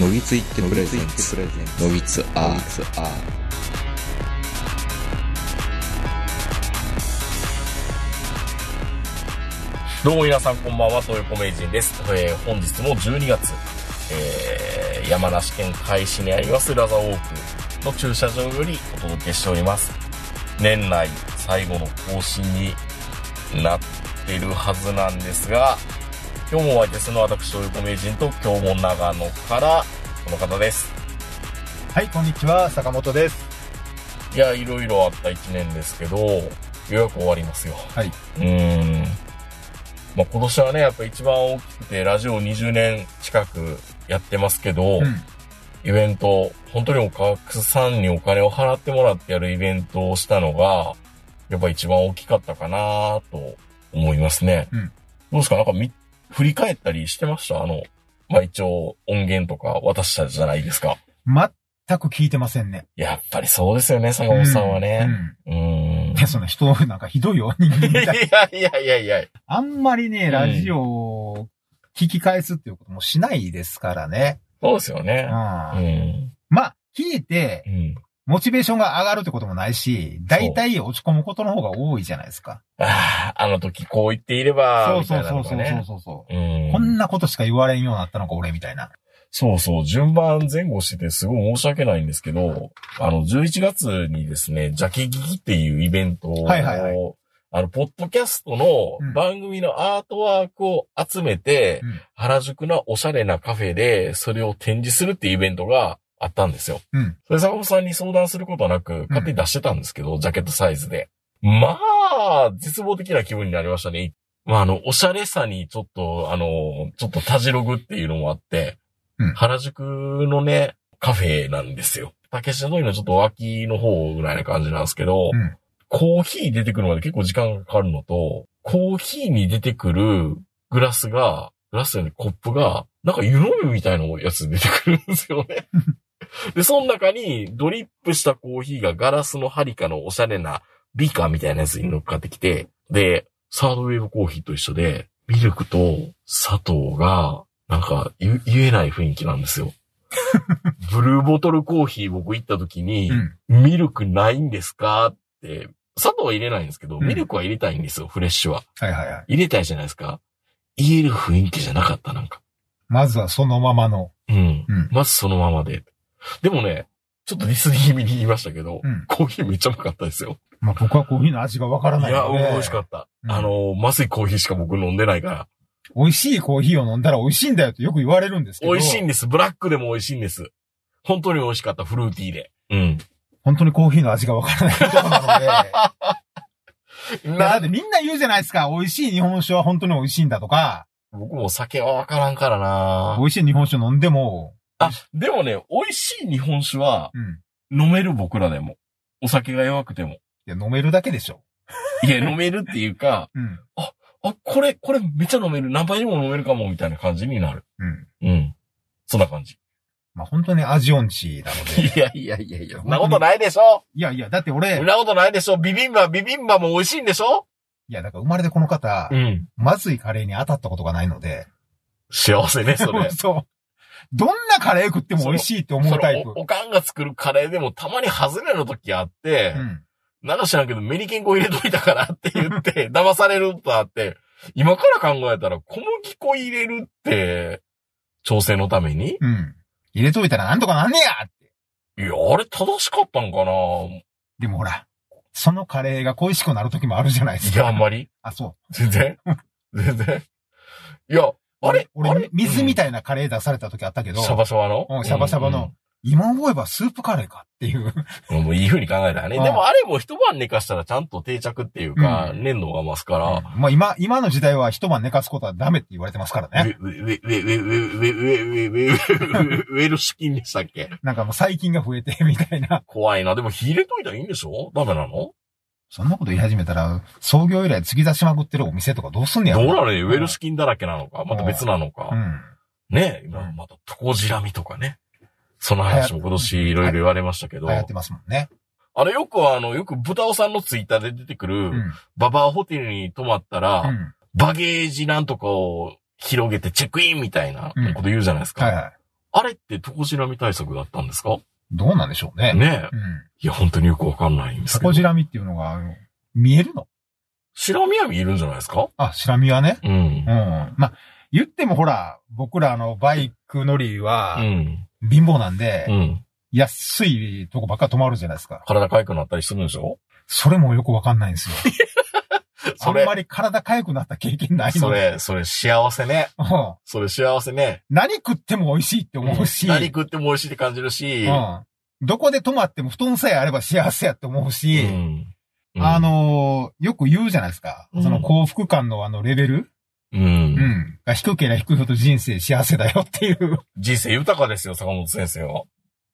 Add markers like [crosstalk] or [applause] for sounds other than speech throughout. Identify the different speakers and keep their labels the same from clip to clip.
Speaker 1: のぎついってプレゼンツのぎつアーツア
Speaker 2: どうも皆さんこんばんは、東横名人です。えー本日も12月、えー山梨県甲斐市にありますラザウォークの駐車場よりお届けしております。年内最後の更新になってるはずなんですが、今日もお相手するのは私、東横名人と今日も長野からこの方です。
Speaker 3: はい、こんにちは、坂本です。
Speaker 2: いや、いろいろあった1年ですけど、ようやく終わりますよ。
Speaker 3: はい。
Speaker 2: うーん。まあ、今年はね、やっぱ一番大きくて、ラジオ20年近くやってますけど、
Speaker 3: うん。
Speaker 2: イベント、本当にお客さんにお金を払ってもらってやるイベントをしたのが、やっぱ一番大きかったかなと思いますね。
Speaker 3: うん
Speaker 2: どうですかなんかみ、振り返ったりしてましたあの、まあ、一応音源とか渡したじゃないですか。
Speaker 3: 全く聞いてませんね。
Speaker 2: やっぱりそうですよね、坂本さんは
Speaker 3: う
Speaker 2: ね。
Speaker 3: ん。
Speaker 2: うーん。 [laughs]
Speaker 3: いや、その人、なんかひどいよ、人間み
Speaker 2: い
Speaker 3: たい。
Speaker 2: やいやいやいや。
Speaker 3: あんまりね、
Speaker 2: ん
Speaker 3: ラジオを聞き返すっていうこともしないですからね。
Speaker 2: そうですよ
Speaker 3: うん。
Speaker 2: ね。う
Speaker 3: ま
Speaker 2: ん。
Speaker 3: あ、聞いて
Speaker 2: う、ん。
Speaker 3: モチベーションが上がるってこともないし、大体落ち込むことの方が多いじゃないですか。
Speaker 2: ああ、あの時こう言っていれば、
Speaker 3: そう
Speaker 2: み
Speaker 3: そ
Speaker 2: た
Speaker 3: う
Speaker 2: いな
Speaker 3: そ
Speaker 2: の
Speaker 3: う
Speaker 2: が
Speaker 3: そうそう
Speaker 2: ね。
Speaker 3: そうそう。
Speaker 2: うん
Speaker 3: こんなことしか言われんようになったのか、俺みたいな。
Speaker 2: そうそう、順番前後しててすごい申し訳ないんですけど、あの、11月にですね、ジャケギギっていうイベントを、
Speaker 3: はいはいは
Speaker 2: あの、ポッドキャストの
Speaker 3: うん
Speaker 2: 番組のアートワークを集めて、
Speaker 3: うん
Speaker 2: 原宿のおしゃれなカフェでそれを展示するっていうイベントがあったんですよ。
Speaker 3: うん。
Speaker 2: それ坂本さんに相談することはなく、勝手に出してたんですけど、ジャケットサイズで。まあ、絶望的な気分になりましたね。まあ、あの、おしゃれさにちょっと、あの、ちょっとたじろぐっていうのもあって、
Speaker 3: うん
Speaker 2: 原宿のね、カフェなんですよ。竹下通りのちょっと脇の方ぐらいな感じなんですけど、
Speaker 3: うん
Speaker 2: コーヒー出てくるまで結構時間がかかるのと、コーヒーに出てくるグラスが、グラスにコップが、なんか湯飲みみたいなやつ出てくるんですよ
Speaker 3: [laughs]
Speaker 2: ね。で、その中にドリップしたコーヒーがガラスのハリカのおしゃれなビーカーみたいなやつに乗っかってきて、で、サードウェーブコーヒーと一緒で、ミルクと砂糖が、なんか言言えない雰囲気なんです
Speaker 3: [laughs]
Speaker 2: よ。ブルーボトルコーヒー僕行った時に、
Speaker 3: うん。
Speaker 2: ミルクないんですかって、砂糖は入れないんですけど、
Speaker 3: うん
Speaker 2: ミルクは入れたいんですよ、フレッシュは。
Speaker 3: はいはいはい。
Speaker 2: 入れたいじゃないですか。言える雰囲気じゃなかった、なんか。
Speaker 3: まずはそのままの。
Speaker 2: うん。
Speaker 3: うん。
Speaker 2: まずそのままで。でもね、ちょっとディスり気味に言いましたけど、
Speaker 3: うん
Speaker 2: コーヒーめっちゃうまかったですよ。
Speaker 3: まあ僕はコーヒーの味がわから
Speaker 2: い
Speaker 3: ない
Speaker 2: や、
Speaker 3: ので。
Speaker 2: 美味しかった。
Speaker 3: うん
Speaker 2: あの、まずいコーヒーしか僕飲んでないから。
Speaker 3: 美味しいコーヒーを飲んだら美味しいんだよってよく言われるんですけど。
Speaker 2: 美味しいんです。ブラックでも美味しいんです。本当に美味しかった、フルーティーで。うん。
Speaker 3: 本当にコーヒーの味がわからないこ
Speaker 2: [laughs]
Speaker 3: となので。いやだってみんな言うじゃないですか。美味しい日本酒は本当に美味しいんだとか、
Speaker 2: 僕も酒はわからんからな
Speaker 3: 美味しい日本酒飲んでも、
Speaker 2: あ、でもね、美味しい日本酒は
Speaker 3: うん。
Speaker 2: 飲める僕らでも。お酒が弱くても。
Speaker 3: いや、飲めるだけでしょ。
Speaker 2: いや、飲めるっていうか、
Speaker 3: うん。
Speaker 2: あ、これ、これめっちゃ飲める。何杯でも飲めるかも、みたいな感じになる。
Speaker 3: うん。
Speaker 2: うん。そんな感じ。
Speaker 3: まあ本当に味音痴なの
Speaker 2: [laughs] い
Speaker 3: で。
Speaker 2: やいやいやいや、そんなことないでしょ
Speaker 3: いやいや、だって
Speaker 2: そ
Speaker 3: 俺
Speaker 2: ん、なことないでしょビビンバ、ビビンバも美味しいんでしょ
Speaker 3: いや、だから生まれてこの方、
Speaker 2: ん。
Speaker 3: まずいカレーに当たったことがないので。。
Speaker 2: 幸せね、それ [laughs]
Speaker 3: そう。どんなカレー食っても美味しいって思
Speaker 2: そう
Speaker 3: タイ
Speaker 2: の
Speaker 3: プ。
Speaker 2: お、おかんが作るカレーでもたまに外れの時あって
Speaker 3: う、ん。
Speaker 2: なんか知らんけどメリケン粉入れといたからって言 [laughs] って、騙されることあって、今から考えたら小麦粉入れるって、調整のために
Speaker 3: うん。入れといたらなんとかなんねやって。
Speaker 2: いや、あれ正しかったんかな
Speaker 3: でもほら、そのカレーが恋しくなる時もあるじゃないです
Speaker 2: い
Speaker 3: か。
Speaker 2: や、あんまり。
Speaker 3: あ、そう。
Speaker 2: 全然全然いや、あれ
Speaker 3: 俺、
Speaker 2: あ
Speaker 3: 俺
Speaker 2: れ
Speaker 3: 水み
Speaker 2: たい
Speaker 3: たいなカレー出された時あったけど、
Speaker 2: シャバシャバの
Speaker 3: うんシャバシャバの。今思えばスープカレーかっていう。
Speaker 2: うんうんもういい風に考えたらね。
Speaker 3: うん
Speaker 2: でもあれも一晩寝かしたらちゃんと定着っていうか、
Speaker 3: う
Speaker 2: 粘度が増すから。
Speaker 3: [laughs] まあ今、今の時代は一晩寝かすことはダメって言われてますから
Speaker 2: ウ
Speaker 3: ね。
Speaker 2: ェウェウェウェウェウェウェウェウェウェウェウェルシュ菌でしたっけ
Speaker 3: なんかもう細菌が増えてみたいな。
Speaker 2: 怖いな。でも火入れといたらいいんでしょダメなの
Speaker 3: [laughs] そんなこと言い始めたら、創業以来継ぎ出しまくってるお店とかどうすんねや
Speaker 2: どう
Speaker 3: ろ
Speaker 2: なのよウェルシュ菌だらけなのかまた別なのか
Speaker 3: うん。
Speaker 2: ね今、また、トコジラミとかね。その話も今年いろいろ言われましたけど
Speaker 3: 流。行ってますもんね。
Speaker 2: あれよくあの、よく豚尾さんのツイッターで出てくる、
Speaker 3: うん。
Speaker 2: ババアホテルに泊まったら、
Speaker 3: うん。
Speaker 2: バゲージなんとかを広げてチェックインみたいなこと言うじゃないですか。
Speaker 3: はいはい。
Speaker 2: あれってトコジラミ対策だったんですか
Speaker 3: どうなんでしょうね。
Speaker 2: ねえ。
Speaker 3: うん。
Speaker 2: いや、本当によくわかんないんです
Speaker 3: タ
Speaker 2: けど。
Speaker 3: コジラミっていうのが、あの見えるの
Speaker 2: 白宮いるんじゃないですか
Speaker 3: あ、シラミはね。
Speaker 2: うん
Speaker 3: う。ん。まあ、言ってもほら、僕らあのバイク乗りは
Speaker 2: う、ん。
Speaker 3: 貧乏なんで、
Speaker 2: うん。
Speaker 3: 安いとこばっか泊まるじゃないですか。
Speaker 2: 体かゆくなったりするんでしょ
Speaker 3: それもよくわかんないんですよ。あ
Speaker 2: [laughs] そ
Speaker 3: ん
Speaker 2: れ
Speaker 3: ま、り体痒くなった経験ないの
Speaker 2: そ
Speaker 3: で。
Speaker 2: れ、それ幸せね。
Speaker 3: うん
Speaker 2: それ幸せね。
Speaker 3: 何食っても美味しいって思うし、
Speaker 2: 何食っても美味しいって感じるし。
Speaker 3: うん、どこで泊まっても布団さえあれば幸せやって思うし、
Speaker 2: うん。うん
Speaker 3: あ、のーよく言うじゃないですか。
Speaker 2: うん
Speaker 3: その幸福感のあのレベル、
Speaker 2: う
Speaker 3: うん、
Speaker 2: ん。
Speaker 3: が低ければ低いほど人生幸せだよっ
Speaker 2: [laughs]
Speaker 3: ていう。
Speaker 2: 人生豊かですよ、坂本先生は。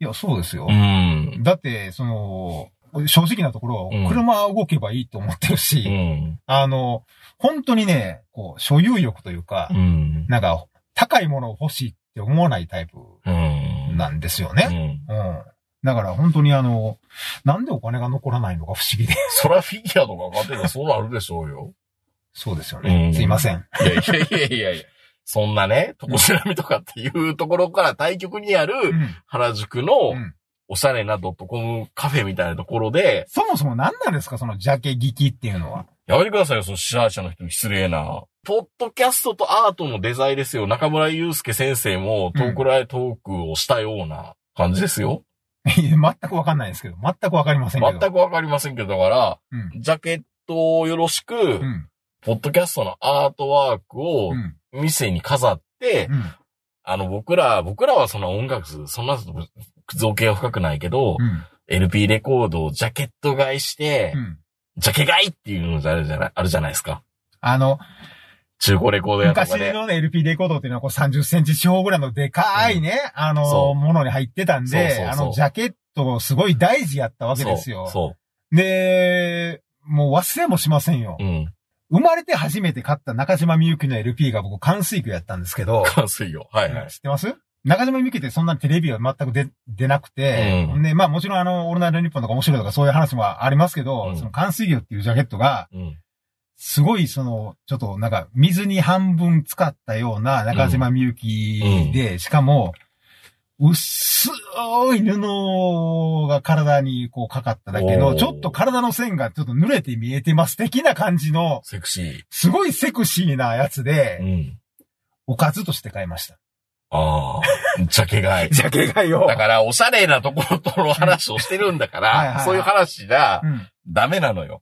Speaker 3: いや、そうですよ
Speaker 2: う。ん。
Speaker 3: だって、その、正直なところ、
Speaker 2: うん
Speaker 3: 車は動けばいいと思ってるし、
Speaker 2: うん。
Speaker 3: あの、本当にね、こう、所有欲というか、
Speaker 2: うん。
Speaker 3: なんか、高いものを欲しいって思わないタイプ
Speaker 2: うん。
Speaker 3: なんですよ
Speaker 2: う
Speaker 3: ね。
Speaker 2: ん。
Speaker 3: うん。だから本当にあの、なんでお金が残らないのか不思議で。 [laughs]
Speaker 2: そらフィギュアとか買ってたらそうなるでしょうよ。
Speaker 3: そうですよ
Speaker 2: う
Speaker 3: ね。
Speaker 2: ん
Speaker 3: すいません。
Speaker 2: いやいやいやいやいや。そんなね、とこしらみとかっていうところから対局にある
Speaker 3: うん
Speaker 2: 原宿の
Speaker 3: うん
Speaker 2: おしゃれなドットコムカフェみたいなところで、
Speaker 3: そもそも何なんですかそのジャケ聞きっていうのは。 [laughs]
Speaker 2: やめてくださいよ、その支配者の人に失礼な。ポッドキャストとアートのデザインですよ。中村祐介先生もトークライトークをしたような感じですよ。
Speaker 3: いや全くわかんないですけど。全くわかりませんけ
Speaker 2: 全
Speaker 3: ど。
Speaker 2: くわかりませんけど、だから、
Speaker 3: うん。
Speaker 2: ジャケットをよろしく、
Speaker 3: うん。
Speaker 2: ポッドキャストのアートワークを
Speaker 3: うん。
Speaker 2: 店に飾って、
Speaker 3: うん。
Speaker 2: あの、僕ら、僕らはそんな音楽、そんな造形は深くないけど、
Speaker 3: うん。
Speaker 2: LP レコードをジャケット買いして、
Speaker 3: うん。
Speaker 2: ジャケ買いっていうのじゃあるじゃない、あるじゃないですか。
Speaker 3: あの、
Speaker 2: 中古レコード屋と
Speaker 3: 昔
Speaker 2: かで。
Speaker 3: のね LP レコードっていうのはこう30センチ四方ぐらいのでかいね、
Speaker 2: そ
Speaker 3: あの、
Speaker 2: う
Speaker 3: ものに入ってたん
Speaker 2: そう
Speaker 3: で、
Speaker 2: そうそう
Speaker 3: あの、ジャケットをすごい大事やったわけです
Speaker 2: そう
Speaker 3: よ。
Speaker 2: そ
Speaker 3: で、もう忘れもしませんよ
Speaker 2: う。。うん。
Speaker 3: 生まれて初めて買った中島みゆきの LP が僕、関水区やったんですけど、
Speaker 2: 関水よ。はいはい。
Speaker 3: 知ってます中島みゆきってそんなにテレビは全く出、出なくて、
Speaker 2: うん
Speaker 3: で、まあもちろんあの、オールナイトニッポンとか面白いとかそういう話もありますけど、
Speaker 2: うん
Speaker 3: その関水魚っていうジャケットが、
Speaker 2: うん。
Speaker 3: すごいその、ちょっとなんか、水に半分使ったような中島みゆきで、しかも、薄い布が体にこうかかっただけ
Speaker 2: お
Speaker 3: の、
Speaker 2: ー
Speaker 3: ちょっと体の線がちょっと濡れて見えてます的な感じの、
Speaker 2: セクシ
Speaker 3: すごいセクシーなや
Speaker 2: ー。
Speaker 3: つで
Speaker 2: う、ん。
Speaker 3: おかずとして買いました。
Speaker 2: ああ。ジャケ買い。
Speaker 3: [laughs] ジャケ買いを。
Speaker 2: だから、おしゃれなところとの話をしてるんだか
Speaker 3: はいはいは
Speaker 2: ら、
Speaker 3: い
Speaker 2: そういう話が
Speaker 3: うん。
Speaker 2: ダメなのよ。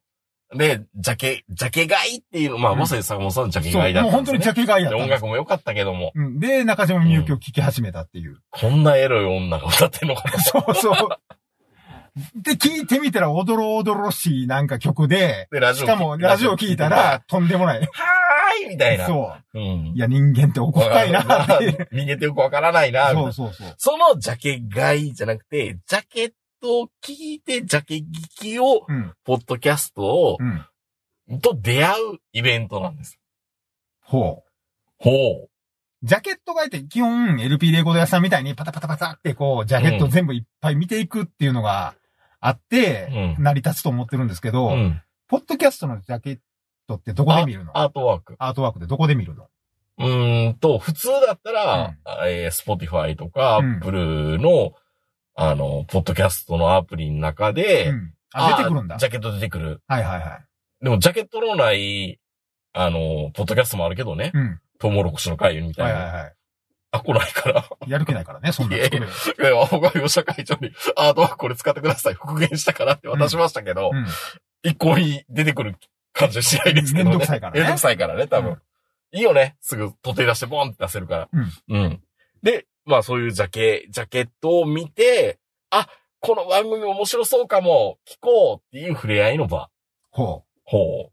Speaker 2: で、ジャケ、ジャケ買いっていうの、まあ、
Speaker 3: うん
Speaker 2: まさに坂本さんのジャケ
Speaker 3: そ
Speaker 2: 買
Speaker 3: う、
Speaker 2: いだ
Speaker 3: もう
Speaker 2: ったん
Speaker 3: 本
Speaker 2: で
Speaker 3: 当
Speaker 2: すね。
Speaker 3: にジャケ買いやっ
Speaker 2: で
Speaker 3: たん
Speaker 2: 音
Speaker 3: です
Speaker 2: 楽も良かったけども、
Speaker 3: うんで、中島みゆきを聴き始めたっていう。
Speaker 2: こんなエロい女が歌ってんのかと。
Speaker 3: そうそう。で、聞いてみたら、おどろおどろしいなんか曲で、
Speaker 2: [laughs] で、ラジ
Speaker 3: し
Speaker 2: オ。
Speaker 3: かも、ラジオ聞いたら、、とんでもない。
Speaker 2: はーいみたいな。う。
Speaker 3: そ
Speaker 2: ん
Speaker 3: う。い。や、人間って怒ったいなっ
Speaker 2: [laughs]
Speaker 3: ていう。
Speaker 2: 逃げてよくわからないな。みたい
Speaker 3: そ
Speaker 2: な
Speaker 3: うそうそう。
Speaker 2: そのジャケ買いじゃなくて、ジャケットを聞いて、ジャケ聞きを、
Speaker 3: うん。
Speaker 2: ポッドキャストを
Speaker 3: う、ん。
Speaker 2: と出会うイベントなんです。
Speaker 3: ほう。
Speaker 2: ほう。
Speaker 3: ジャケットがいて、基本 LP レコード屋さんみたいにパタパタパタってこう、ジャケット全部いっぱい見ていくっていうのがあって、
Speaker 2: う
Speaker 3: 成り立つと思ってるんですけど、
Speaker 2: うん。
Speaker 3: ポッドキャストのジャケットってどこで見るの
Speaker 2: アートワーク。
Speaker 3: アートワークでどこで見るの
Speaker 2: うーんと、普通だったら、えー、Spotify とか
Speaker 3: うん
Speaker 2: Apple の、あの、ポッドキャストのアプリの中で、
Speaker 3: うん。あ、出てくるんだ
Speaker 2: あジ。ャケット出てくる。
Speaker 3: はいはいはい。
Speaker 2: でも、ジャケットのない、あの、ポッドキャストもあるけどね、
Speaker 3: うん。
Speaker 2: トウモロコシの会みたい
Speaker 3: はい
Speaker 2: な。
Speaker 3: はいは
Speaker 2: あ、来ないから。 [laughs]
Speaker 3: い。やる気ないからね、そんなの作れる。
Speaker 2: いや、僕は吉田会長に、アートワークこれ使ってください、復元したからって渡しましたけど、
Speaker 3: うん。
Speaker 2: 一向に出てくる感じ [laughs] はしないですけどね。
Speaker 3: めんどくさいからね
Speaker 2: めんどくさいからね、多分。
Speaker 3: う
Speaker 2: いいよね。すぐ取って出してボンって出せるから。うん。で、まあそういうジャケ、ジャケットを見て、あ、この番組面白そうかも、聞こうっていう触れ合いの場。
Speaker 3: ほ
Speaker 2: ほう。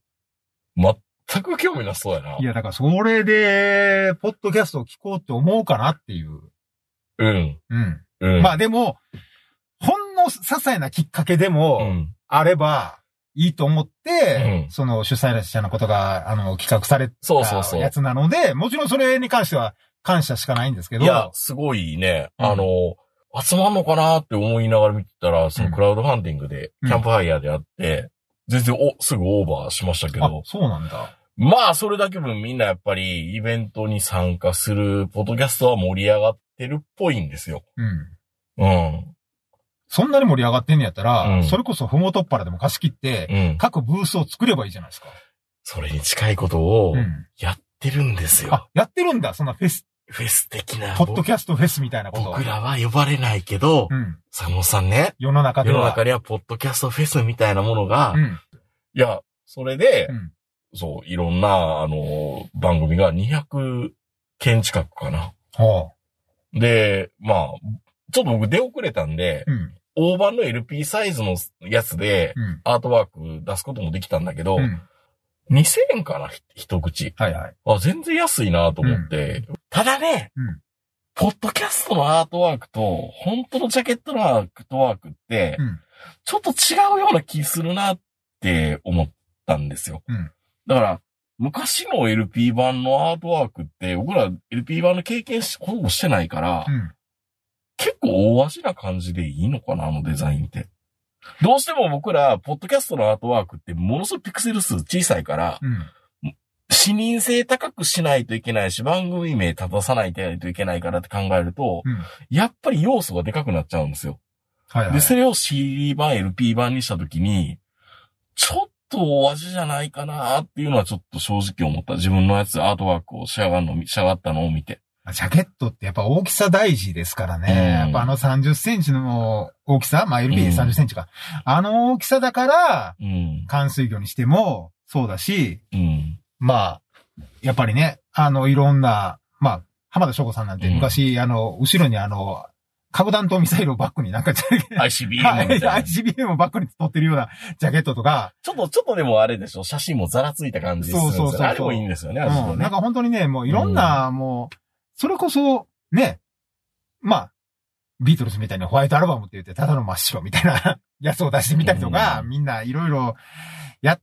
Speaker 2: 全く興味なさそうやな
Speaker 3: う。い。や、だからそれで、ポッドキャストを聞こうって思うかなっていう。
Speaker 2: うん。
Speaker 3: うん。
Speaker 2: うん。
Speaker 3: まあでも、ほんの些細なきっかけで
Speaker 2: う
Speaker 3: も、
Speaker 2: ん。
Speaker 3: あれば、いいと思って、
Speaker 2: うん
Speaker 3: その主催者のことが、あの、企画され
Speaker 2: そうそう
Speaker 3: た
Speaker 2: そう。
Speaker 3: やつなので、もちろんそれに関しては感謝しかないんですけど、
Speaker 2: いや、すごいね、
Speaker 3: うん
Speaker 2: あの、集まんのかなって思いながら見てたら、そのクラウドファンディングで、
Speaker 3: うん
Speaker 2: キャンプファイヤーであって、全然お、すぐオーバーしましたけ
Speaker 3: あ
Speaker 2: ど、、
Speaker 3: そうなんだ。
Speaker 2: まあ、それだけ分みんなやっぱり、イベントに参加する、ポッドキャストは盛り上がっってるっぽいんですよ。
Speaker 3: うん。
Speaker 2: うん。
Speaker 3: そんなに盛り上がってんねやったら、
Speaker 2: うん
Speaker 3: それこそふもとっぱらでも貸し切って、
Speaker 2: うん。
Speaker 3: 各ブースを作ればいいじゃないですか。
Speaker 2: それに近いことを
Speaker 3: うん。
Speaker 2: やってるんですよ。
Speaker 3: あ、やってるんだ、そんなフェス、
Speaker 2: フェス的な。
Speaker 3: ポッドキャストフェスみたいなこと。
Speaker 2: 僕らは呼ばれないけど、
Speaker 3: うん。
Speaker 2: 佐野さんね、
Speaker 3: 世の中で
Speaker 2: 世の
Speaker 3: は。
Speaker 2: 中にはポッドキャストフェスみたいなものが、
Speaker 3: うん。
Speaker 2: いや、それで
Speaker 3: う、ん。
Speaker 2: そう、いろんな、あの、番組が200件近くかな。
Speaker 3: ほ
Speaker 2: で、まあ、ちょっと僕出遅れたんで、
Speaker 3: う。うん。
Speaker 2: 大判の LP サイズのやつで、
Speaker 3: うん。
Speaker 2: アートワーク出すこともできたんだけど、
Speaker 3: うん。
Speaker 2: 2000円かな、ひ一口。
Speaker 3: はいはい。
Speaker 2: あ、全然安いなと思って。ただね、
Speaker 3: うん
Speaker 2: ポッドキャストのアートワークと、本当のジャケットのアートワークって、
Speaker 3: うん。
Speaker 2: ちょっと違うような気するなって思ったんですよ。
Speaker 3: うん
Speaker 2: だから、昔の LP 版のアートワークって、僕ら LP 版の経験し、ほぼしてないから、
Speaker 3: うん。
Speaker 2: 結構大味な感じでいいのかな、あのデザインって。どうしても僕ら、ポッドキャストのアートワークって、ものすごくピクセル数小さいから、
Speaker 3: うん。
Speaker 2: 視認性高くしないといけないし、番組名立たさないといけないからって考えると、
Speaker 3: うん。
Speaker 2: やっぱり要素がでかくなっちゃうんですよ。
Speaker 3: はいはい
Speaker 2: で、。それを CD 版、LP 版にしたときに、ちょっとお味じゃないかなっていうのはちょっと正直思った。自分のやつ、アートワークを仕上がるの見、仕上がったのを見て。
Speaker 3: ジャケットってやっぱ大きさ大事ですからね。
Speaker 2: うん
Speaker 3: やっぱあの30センチの大きさ、まあ LP で30センチか。あの大きさだから、
Speaker 2: うん。
Speaker 3: 淡水魚にしてもそうだし、
Speaker 2: うん。
Speaker 3: まあ、やっぱりね、あの、いろんな、まあ、浜田翔子さんなんて昔、あの、後ろにあの、核弾頭ミサイルをバックになんか、は
Speaker 2: ICBM
Speaker 3: い
Speaker 2: みたいな。ち
Speaker 3: ICBM をバックに撮ってるようなジャケットとか、
Speaker 2: ょっと、ちょっとでもあれでしょ写真もざらついた感じするんですよね
Speaker 3: そうそうそうそう
Speaker 2: あれもいいんですよね、あれも
Speaker 3: うん、
Speaker 2: ね
Speaker 3: なんか本当にね、もういろんな、もう、それこそ、ね、まあ、ビートルズみたいなホワイトアルバムって言って、ただの真っ白みたいな [laughs] やつを出してみたりとか、
Speaker 2: うん
Speaker 3: みんないろいろやっ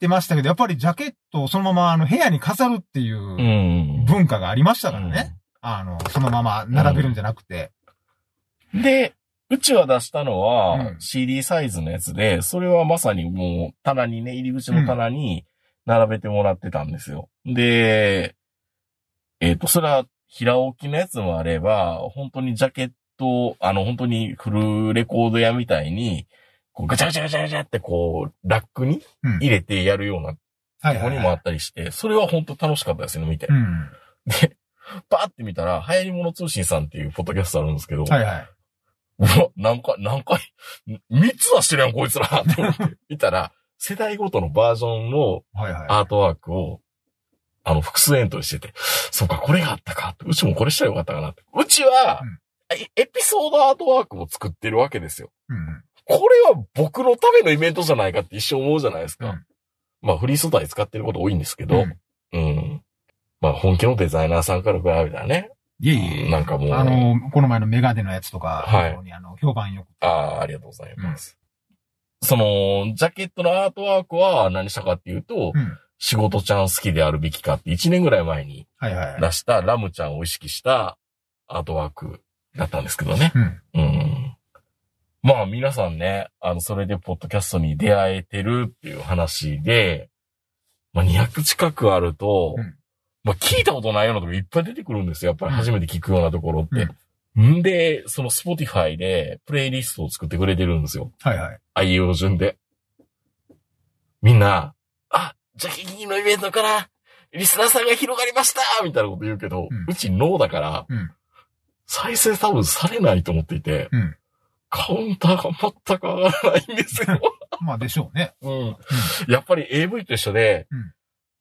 Speaker 3: てましたけど、やっぱりジャケットをそのままあの部屋に飾るっていう、
Speaker 2: うん。
Speaker 3: 文化がありましたからね。あの、そのまま並べるんじゃなくて。
Speaker 2: うん。で、うちは出したのは
Speaker 3: うん
Speaker 2: CD サイズのやつで、それはまさにもう棚にね、入り口の棚に並べてもらってたんですよ。で、えっ、と、それは平置きのやつもあれば、本当にジャケット、あの本当にフルレコード屋みたいに、こうガチャガチャガチャガチャってこう、ラックに
Speaker 3: うん。
Speaker 2: 入れてやるような
Speaker 3: は
Speaker 2: とこに
Speaker 3: い
Speaker 2: もあ
Speaker 3: はい
Speaker 2: ったりして、それは本当楽しかったですね、見て
Speaker 3: う。ん。
Speaker 2: で、パーって見たら、流行り物通信さんっていうポッドキャストあるんですけど、
Speaker 3: はいはい。
Speaker 2: うわ、何回、何回、三つはしてるやん、こいつら [laughs] と思って、見たら、世代ごとのバージョンの
Speaker 3: はいは
Speaker 2: アートワークを、あの、複数エントリーしてて、そうか、これがあったかって、うちもこれしたらよかったかなって。うちは、
Speaker 3: うん
Speaker 2: えエピソードアートワークも作ってるわけですよ。
Speaker 3: い。うん。
Speaker 2: これは僕のためのイベントじゃないかって一生思うじゃないですか。
Speaker 3: うん
Speaker 2: まあ、フリー素材使ってること多いんですけど、
Speaker 3: う
Speaker 2: うんん。まあ、本気のデザイナーさんから比べたらね、
Speaker 3: いえいえ。
Speaker 2: なんかもう、
Speaker 3: あの、この前のメガネのやつとか、
Speaker 2: はい
Speaker 3: 非常にあの、評判よく。
Speaker 2: ああ、ありがとうございます。その、ジャケットのアートワークは何したかっていうと、
Speaker 3: うん。
Speaker 2: 仕事ちゃん好きであるべきかって1年ぐらい前に
Speaker 3: はいはいはい。
Speaker 2: 出したラムちゃんを意識したアートワークだったんですけどね。
Speaker 3: うん。
Speaker 2: うん。まあ皆さんね、あの、それでポッドキャストに出会えてるっていう話で、まあ200近くあると、
Speaker 3: うん
Speaker 2: まあ聞いたことないようなところいっぱい出てくるんですよ。やっぱり初めて聞くようなところって。んで、その Spotify でプレイリストを作ってくれてるんですよ。
Speaker 3: はいはい。
Speaker 2: 愛用順で。みんな、あ、ジャケギーのイベントから、リスナーさんが広がりましたみたいなこと言うけど、
Speaker 3: う
Speaker 2: うんちノーだから、
Speaker 3: うん
Speaker 2: 再生多分されないと思っていて、
Speaker 3: うん
Speaker 2: カウンターが全く上がらないんですよ。
Speaker 3: まあでしょうね。
Speaker 2: うん、やっぱり AV と一緒で、
Speaker 3: うん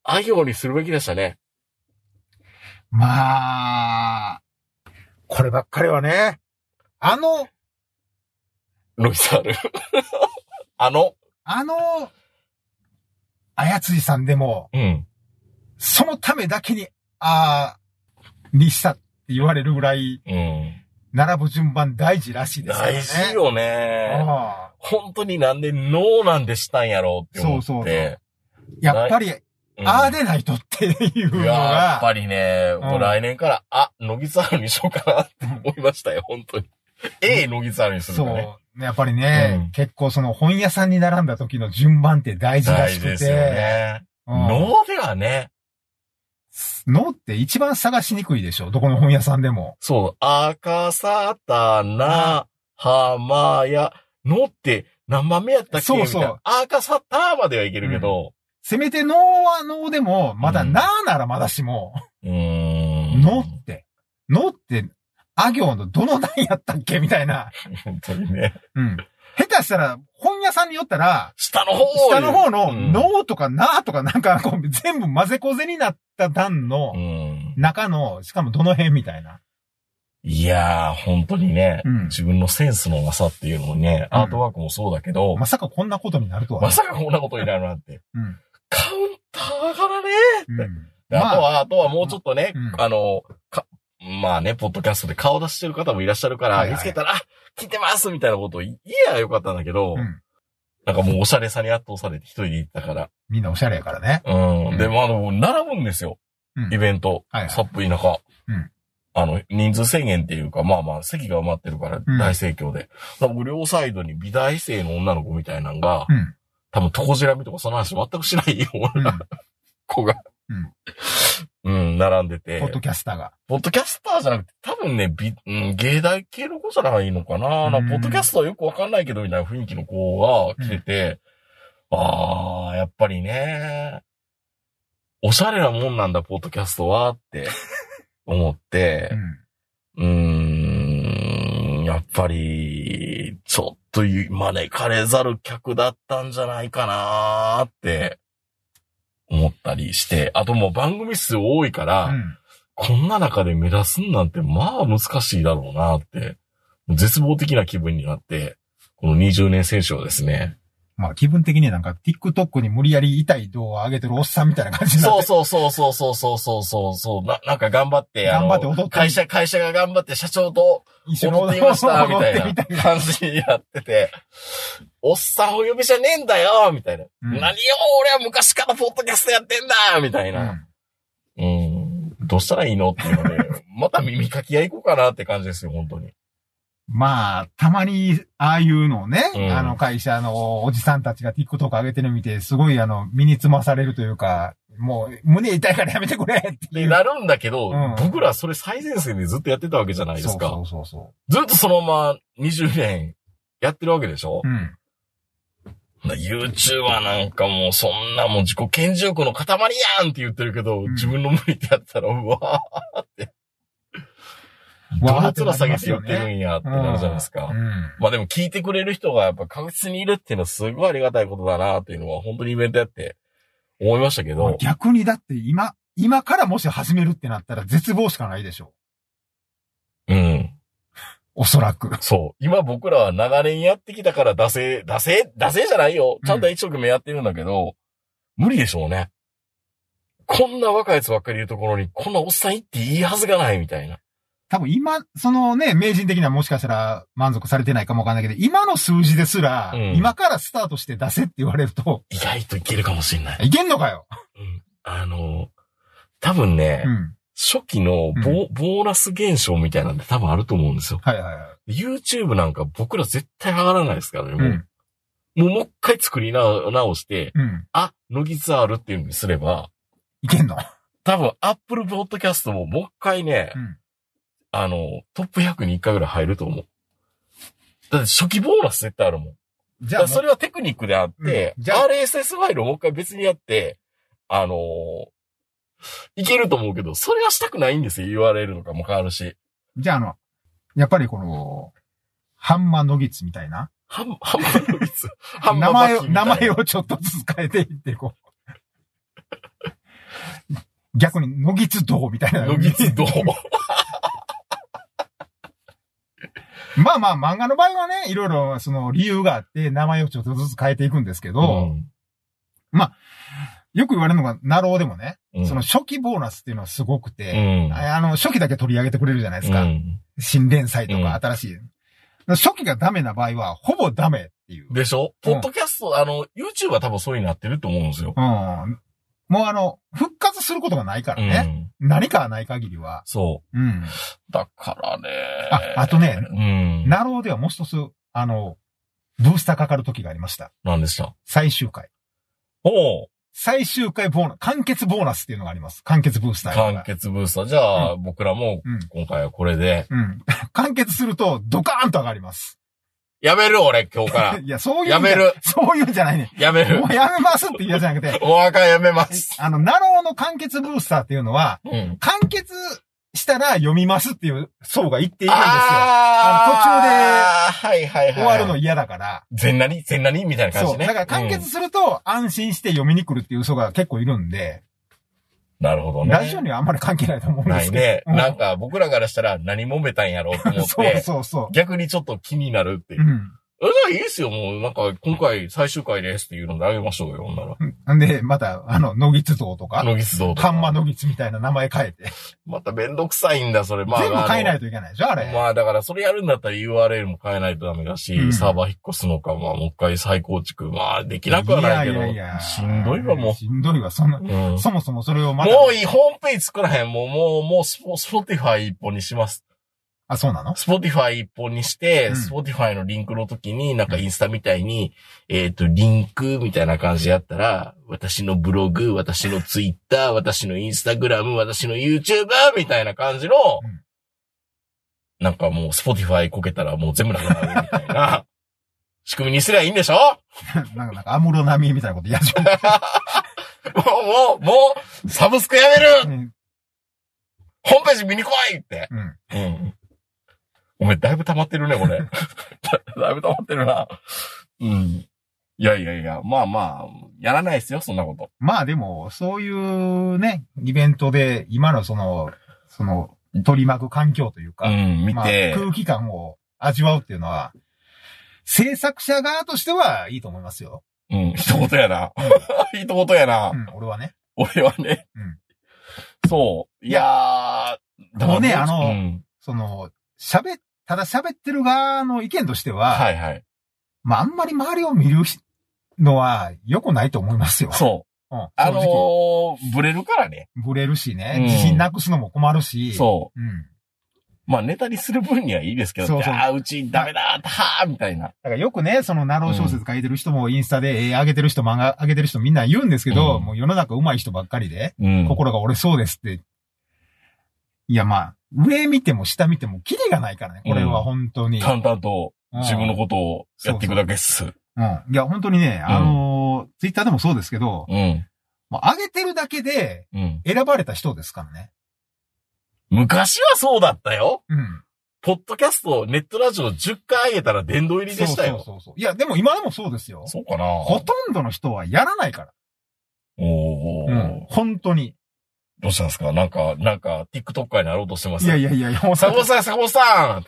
Speaker 2: あ行にするべきでしたね。
Speaker 3: まあ、こればっかりはね、あの、
Speaker 2: ロイサール。 [laughs] あの、
Speaker 3: あの、あやついさんでも、
Speaker 2: うん。
Speaker 3: そのためだけに、ああ、にしたって言われるぐらい、
Speaker 2: うん。
Speaker 3: 並ぶ順番大事らしいですからね。
Speaker 2: 大事よね。
Speaker 3: ああ
Speaker 2: 本当になんでノーなんでしたんやろうって思って。
Speaker 3: そうそうそうやっぱり、
Speaker 2: うん
Speaker 3: ああでないとっていうの
Speaker 2: いややっ
Speaker 3: が、
Speaker 2: ぱりね、もう来年から、あ、乃木沢にしようかなって思いましたよ、本当に。A 乃木沢にする
Speaker 3: そ
Speaker 2: か
Speaker 3: う
Speaker 2: ね。。
Speaker 3: やっぱりね、
Speaker 2: うん
Speaker 3: 結構その本屋さんに並んだ時の順番って大事ら
Speaker 2: 大事
Speaker 3: しく
Speaker 2: で
Speaker 3: て。
Speaker 2: すよね。
Speaker 3: うん
Speaker 2: 脳ではね、
Speaker 3: 脳って一番探しにくいでしょどこの本屋さんでも。
Speaker 2: そう、赤さたな、はまや、のって何番目やったっけ
Speaker 3: そう
Speaker 2: み
Speaker 3: そう
Speaker 2: たいな赤さたまではいけるけど、
Speaker 3: せめて脳は脳でも、まだ
Speaker 2: うん
Speaker 3: なーならまだしも、
Speaker 2: うーん。
Speaker 3: 脳って、脳って、あ行のどの段やったっけみたいな。
Speaker 2: 本当にね。
Speaker 3: うん。下手したら、本屋さんによったら、
Speaker 2: 下の方
Speaker 3: 下の方の
Speaker 2: うん
Speaker 3: 脳とかなーとかなんかこう全部混ぜこぜになった段の
Speaker 2: うん。
Speaker 3: 中の、しかもどの辺みたいな。
Speaker 2: いやー、本当にね、
Speaker 3: うん。
Speaker 2: 自分のセンスのなさっていうのもね、
Speaker 3: うん
Speaker 2: アートワークもそうだけど、
Speaker 3: まさかこんなことになるとは。
Speaker 2: まさかこんなことになるなんて。
Speaker 3: うん。
Speaker 2: カウンターからね。
Speaker 3: うん。
Speaker 2: [laughs] であと
Speaker 3: まあ、
Speaker 2: は、あとはもうちょっとね、
Speaker 3: うん
Speaker 2: あの、か、まあね、ポッドキャストで顔出してる方もいらっしゃるから、
Speaker 3: はいはい
Speaker 2: 見つけたら、あ、聞いてますみたいなことを言えばよかったんだけど、
Speaker 3: うん
Speaker 2: なんかもうおしゃれさに圧倒されて一人で行ったから。
Speaker 3: みんなおしゃれやからね。
Speaker 2: うん。
Speaker 3: うん
Speaker 2: でもあの、並ぶんですよ。
Speaker 3: うん
Speaker 2: イベント。
Speaker 3: はいはい
Speaker 2: サップ田舎。
Speaker 3: うん
Speaker 2: あの、人数制限っていうか、まあまあ、席が埋まってるから
Speaker 3: うん、
Speaker 2: 大盛況で。多分両サイドに美大生の女の子みたいなのが、
Speaker 3: うん。
Speaker 2: 多分、トコジラミとかその話全くしないよう [laughs] な
Speaker 3: うん。
Speaker 2: 子が、うん、並んでて。
Speaker 3: ポッドキャスターが。
Speaker 2: ポッドキャスターじゃなくて、多分ね、び、うん、芸大系の子じゃないのかな。な
Speaker 3: うん
Speaker 2: んかポッドキャストはよくわかんないけど、みたいな雰囲気の子が来てて、あー、やっぱりね、おしゃれなもんなんだ、ポッドキャストは、って思
Speaker 3: [laughs]
Speaker 2: って
Speaker 3: う、
Speaker 2: うーん、
Speaker 3: ん。
Speaker 2: やっぱり、ちょっと招かれざる客だったんじゃないかなーって思ったりして、あともう番組数多いから、
Speaker 3: うん。
Speaker 2: こんな中で目立つんなんて、まあ難しいだろうなって、絶望的な気分になって、この20年選手をですね。
Speaker 3: まあ気分的になんか TikTok に無理やり痛い動画上げてるおっさんみたい [laughs] な感じになっ
Speaker 2: そう
Speaker 3: て。
Speaker 2: そうそうそうそうそうそうそうな、なんか頑張って、あの
Speaker 3: 頑張って踊って
Speaker 2: 会社、会社が頑張って社長と
Speaker 3: 一緒に
Speaker 2: 踊っていました、み
Speaker 3: [laughs] 踊った
Speaker 2: い
Speaker 3: てみたい
Speaker 2: な感じになってて、おっさんお呼びじゃねえんだよみたいな。
Speaker 3: うん
Speaker 2: 何よ、俺は昔からポッドキャストやってんだみたいな。うん。どうしたらいいのっていうので、 [laughs] また耳かき合い行こうかなって感じですよ、本当に。
Speaker 3: まあ、たまに、ああいうのをね、
Speaker 2: うん
Speaker 3: あの会社のおじさんたちが TikTok 上げてるの見て、すごいあの、身につまされるというか、もう、胸痛いからやめてくれって
Speaker 2: で、
Speaker 3: いう。
Speaker 2: なるんだけど、
Speaker 3: うん
Speaker 2: 僕らそれ最前線でずっとやってたわけじゃないですか。
Speaker 3: そうそうそ
Speaker 2: ずっとそのまま20年やってるわけでしょ
Speaker 3: うそう。う、ん。
Speaker 2: な ?YouTuber なんかもうそんなもう自己顕示欲の塊やんって言ってるけど、
Speaker 3: うん
Speaker 2: 自分の無理ってやったら、うわーって。
Speaker 3: う
Speaker 2: ど
Speaker 3: わー
Speaker 2: の
Speaker 3: っ
Speaker 2: つ
Speaker 3: てな
Speaker 2: ら
Speaker 3: り
Speaker 2: 下げ
Speaker 3: ます
Speaker 2: て言
Speaker 3: よ
Speaker 2: っ
Speaker 3: ね
Speaker 2: てるんやってなるじゃないですか。
Speaker 3: うん。
Speaker 2: まあでも聞いてくれる人がやっぱ確実にいるっていうのはすごいありがたいことだなっていうのは本当にイベントやって思いましたけど。
Speaker 3: 逆にだって今、今からもし始めるってなったら絶望しかないでしょ
Speaker 2: うん。
Speaker 3: おそらく。
Speaker 2: そう。今僕らは長年やってきたから、惰性、惰性、惰性じゃないよ。ちゃんと一生懸命やってるんだけど、無理でしょうね。こんな若いやつばっかりいるところに、こんなおっさん行っていいはずがないみたいな。
Speaker 3: 多分今、そのね、名人的にはもしかしたら満足されてないかもわかんないけど、今の数字ですら、
Speaker 2: うん
Speaker 3: 今からスタートして出せって言われると、
Speaker 2: 意外といけるかもしれない。
Speaker 3: いけんのかよ
Speaker 2: うん、あの、多分ね、
Speaker 3: うん。
Speaker 2: 初期のボ,、ボーナス現象みたいなんで多分あると思うんですよ。
Speaker 3: はいはいは
Speaker 2: YouTube なんか僕ら絶対上がらないですからね。
Speaker 3: い。う。、
Speaker 2: もうんもうもう一回作りな直して、
Speaker 3: うん。
Speaker 2: あ、乃木ツアーあるっていうのにすれば、
Speaker 3: いけんの
Speaker 2: 多分、アップルポッドキャストももう一回ね、
Speaker 3: うん
Speaker 2: あの、トップ100に一回ぐらい入ると思う。だって初期ボーナス絶対あるもん。
Speaker 3: じ
Speaker 2: だ
Speaker 3: ゃ
Speaker 2: から
Speaker 3: あ、
Speaker 2: それはテクニックであって、
Speaker 3: うんじゃあ
Speaker 2: RSS ファイルをもう一回別にやって、あのーいけると思うけど、それはしたくないんですよ、URL とかも変わるし。
Speaker 3: じゃああの、やっぱりこの、ハンマーノギツみたいな。
Speaker 2: ハン、ハンマーの率。ハ
Speaker 3: 名
Speaker 2: ンマーバ
Speaker 3: 前
Speaker 2: ッ
Speaker 3: を、
Speaker 2: キーみた
Speaker 3: 名
Speaker 2: いな
Speaker 3: 前をちょっとずつ変えていって、こう。逆に、ノギツ道みたいな。
Speaker 2: 乃木ツどう
Speaker 3: まあまあ、漫画の場合はね、いろいろ、その、理由があって、名前をちょっとずつ変えていくんですけど、
Speaker 2: ん
Speaker 3: よく言われるのが、ナローでもね、
Speaker 2: うん
Speaker 3: その初期ボーナスっていうのはすごく
Speaker 2: う
Speaker 3: て、
Speaker 2: ん。
Speaker 3: あの、初期だけ取り上げてくれるじゃないですか。
Speaker 2: うん
Speaker 3: 新連載と
Speaker 2: うん
Speaker 3: か、新しい。初期がダメな場合は、ほぼダメっていう。
Speaker 2: でしょ
Speaker 3: う
Speaker 2: ポ
Speaker 3: ん
Speaker 2: ッドキャスト、あの、YouTube は多分そういうになってると思うんですよ。
Speaker 3: うん。もうあの、復活することがないからね。
Speaker 2: うん、
Speaker 3: 何かない限りは。
Speaker 2: そ
Speaker 3: う
Speaker 2: う。
Speaker 3: ん。
Speaker 2: だからね。
Speaker 3: あ、あとね、
Speaker 2: うん。な、
Speaker 3: ナローではもう一つ、あの、ブースターかかる時がありました。
Speaker 2: なんでした
Speaker 3: 最終回。
Speaker 2: おう
Speaker 3: 最終回ボーナス、完結ボーナスっていうのがあります。完結ブースター
Speaker 2: 完
Speaker 3: が。
Speaker 2: 結ブースター。じゃあ、僕らも
Speaker 3: うん、
Speaker 2: 今回はこれで、
Speaker 3: うん。 [laughs] 完結すると、ドカーンと上がります。
Speaker 2: やめる俺、今日
Speaker 3: [laughs]
Speaker 2: から。
Speaker 3: いや、そういうんじゃ
Speaker 2: やめる。
Speaker 3: そういうんじゃな
Speaker 2: [laughs]
Speaker 3: いね。
Speaker 2: やめる
Speaker 3: も。うやめますって言うじゃなくて、
Speaker 2: お墓やめます。
Speaker 3: あの、ナローの完結ブースターっていうのは、
Speaker 2: うん。
Speaker 3: 完結したら読みますっていう層が言っているんですよ。
Speaker 2: あーはいはいはい。
Speaker 3: 終わるの嫌だから。
Speaker 2: 全なり全なりみたいな感
Speaker 3: そ
Speaker 2: じ
Speaker 3: う。
Speaker 2: ね。
Speaker 3: だから完
Speaker 2: うん
Speaker 3: 結すると安心して読みに来るっていう層が結構いるんで、
Speaker 2: なるほどね。
Speaker 3: ラジオにはあんまり関係ないと思うんで
Speaker 2: な
Speaker 3: す
Speaker 2: い
Speaker 3: けど。
Speaker 2: ね。
Speaker 3: うん
Speaker 2: なんか僕らからしたら何揉めたんやろうと思っ
Speaker 3: [laughs] そう
Speaker 2: て、
Speaker 3: そうそ。
Speaker 2: 逆にちょっと気になるっていう
Speaker 3: う
Speaker 2: う。
Speaker 3: ん。
Speaker 2: え、じゃあいいですよ、もう。なんか今回最終回ですっていうのであげましょうよ、ほんなら。
Speaker 3: なんで、また、あの、野木像とか、
Speaker 2: ノギス堂と
Speaker 3: ハンマ
Speaker 2: か。
Speaker 3: 野木みたいな名前変えて、
Speaker 2: まためんどくさいんだ、それ。まあ。
Speaker 3: 全部変えないいといけないでしょ、あれ。
Speaker 2: まあだからそれやるんだったら URL も変えないとダメだし、
Speaker 3: うん
Speaker 2: サーバー引っ越すのか、まあもう一回再構築、まあできなくはないけど、しんどいわも
Speaker 3: しんどいわ、そんな
Speaker 2: う。、うん
Speaker 3: そもそもそれをまた、
Speaker 2: もういい、ホームページ作らへん。もう、もう、もうスポ、スポティファイ一本にします。
Speaker 3: あ、そうなの [laughs]
Speaker 2: スポティファイ一本にして、
Speaker 3: うん
Speaker 2: スポティファイのリンクの時に、なんかインスタみたいに、えっ、と、リンクみたいな感じでやったら、私のブログ、私のツイッター、私のインスタグラム、私の YouTuber みたいな感じの、
Speaker 3: うん
Speaker 2: なんかもうスポティファイこけたらもう全部なくなるみたい
Speaker 3: [laughs]
Speaker 2: な、仕組みにすりゃいいんでしょ [laughs]
Speaker 3: なんか、なんか、アムロナミみたいなことやじゃ
Speaker 2: もう、もう、もう、サブスクやめる
Speaker 3: ん。うん
Speaker 2: ホームページ見に来いって。
Speaker 3: うん。
Speaker 2: うん。お前、だいぶ溜まってるね、これ。 [laughs] だだいぶ溜まってるな。うん。いやいやいや、まあまあ、やらないですよ、そんなこと。
Speaker 3: まあでも、そういうね、イベントで、今のその、その、取り巻く環境というか、
Speaker 2: うん、見
Speaker 3: まあ、
Speaker 2: て。
Speaker 3: 空気感を味わうっていうのは、制作者側としてはいいと思いますよ。
Speaker 2: うん、一言やな。 [laughs] 一言やな。
Speaker 3: うん、俺はね。
Speaker 2: 俺はね。
Speaker 3: うん
Speaker 2: そう。いやー、だから
Speaker 3: もうねあの
Speaker 2: うん
Speaker 3: その、喋、ただ喋ってる側の意見としては、
Speaker 2: はいはい。
Speaker 3: まあ、あんまり周りを見るのは良くないと思いますよ。
Speaker 2: そう。
Speaker 3: う。ん、
Speaker 2: あ
Speaker 3: 正直。
Speaker 2: のー、ブレるからね。
Speaker 3: ブレるしね
Speaker 2: う、ん
Speaker 3: 自信なくすのも困るし、。
Speaker 2: そう
Speaker 3: うん。
Speaker 2: う。まあ、ネタにする分にはいいですけ
Speaker 3: そ
Speaker 2: ど、
Speaker 3: うそう
Speaker 2: ああ、うちダメだー、はー、みたいな。
Speaker 3: だからよくね、そのナロー小説書いてる人も、インスタで絵上げてる人、漫画上げてる人みんな言うんですけど、
Speaker 2: うん
Speaker 3: もう世の中上手い人ばっかりで、
Speaker 2: うん。
Speaker 3: 心が折れそうですって。いや、まあ、上見ても下見てもキリがないからね、これは本当に。
Speaker 2: 淡々と
Speaker 3: うん
Speaker 2: 自分のことをやっていくだけっす。
Speaker 3: うん。いや、本当にね、あのツイッターでもそうですけど、
Speaker 2: うん。
Speaker 3: もう上げてるだけで
Speaker 2: うん。
Speaker 3: 選ばれた人ですからね。
Speaker 2: 昔はそうだったよ。
Speaker 3: うん。
Speaker 2: ポッドキャスト、ネットラジオ10回上げたら殿堂入りでしたよ。
Speaker 3: そうそうそうそう。いや、でも今でもそうですよ。
Speaker 2: そうかな
Speaker 3: ほとんどの人はやらないか
Speaker 2: おー、
Speaker 3: ら。うん。本当に。
Speaker 2: どうしたんですかなんか、なんか、TikTok 界になろうとしてます。
Speaker 3: いやいやいや、もう
Speaker 2: 坂本さん、坂本さ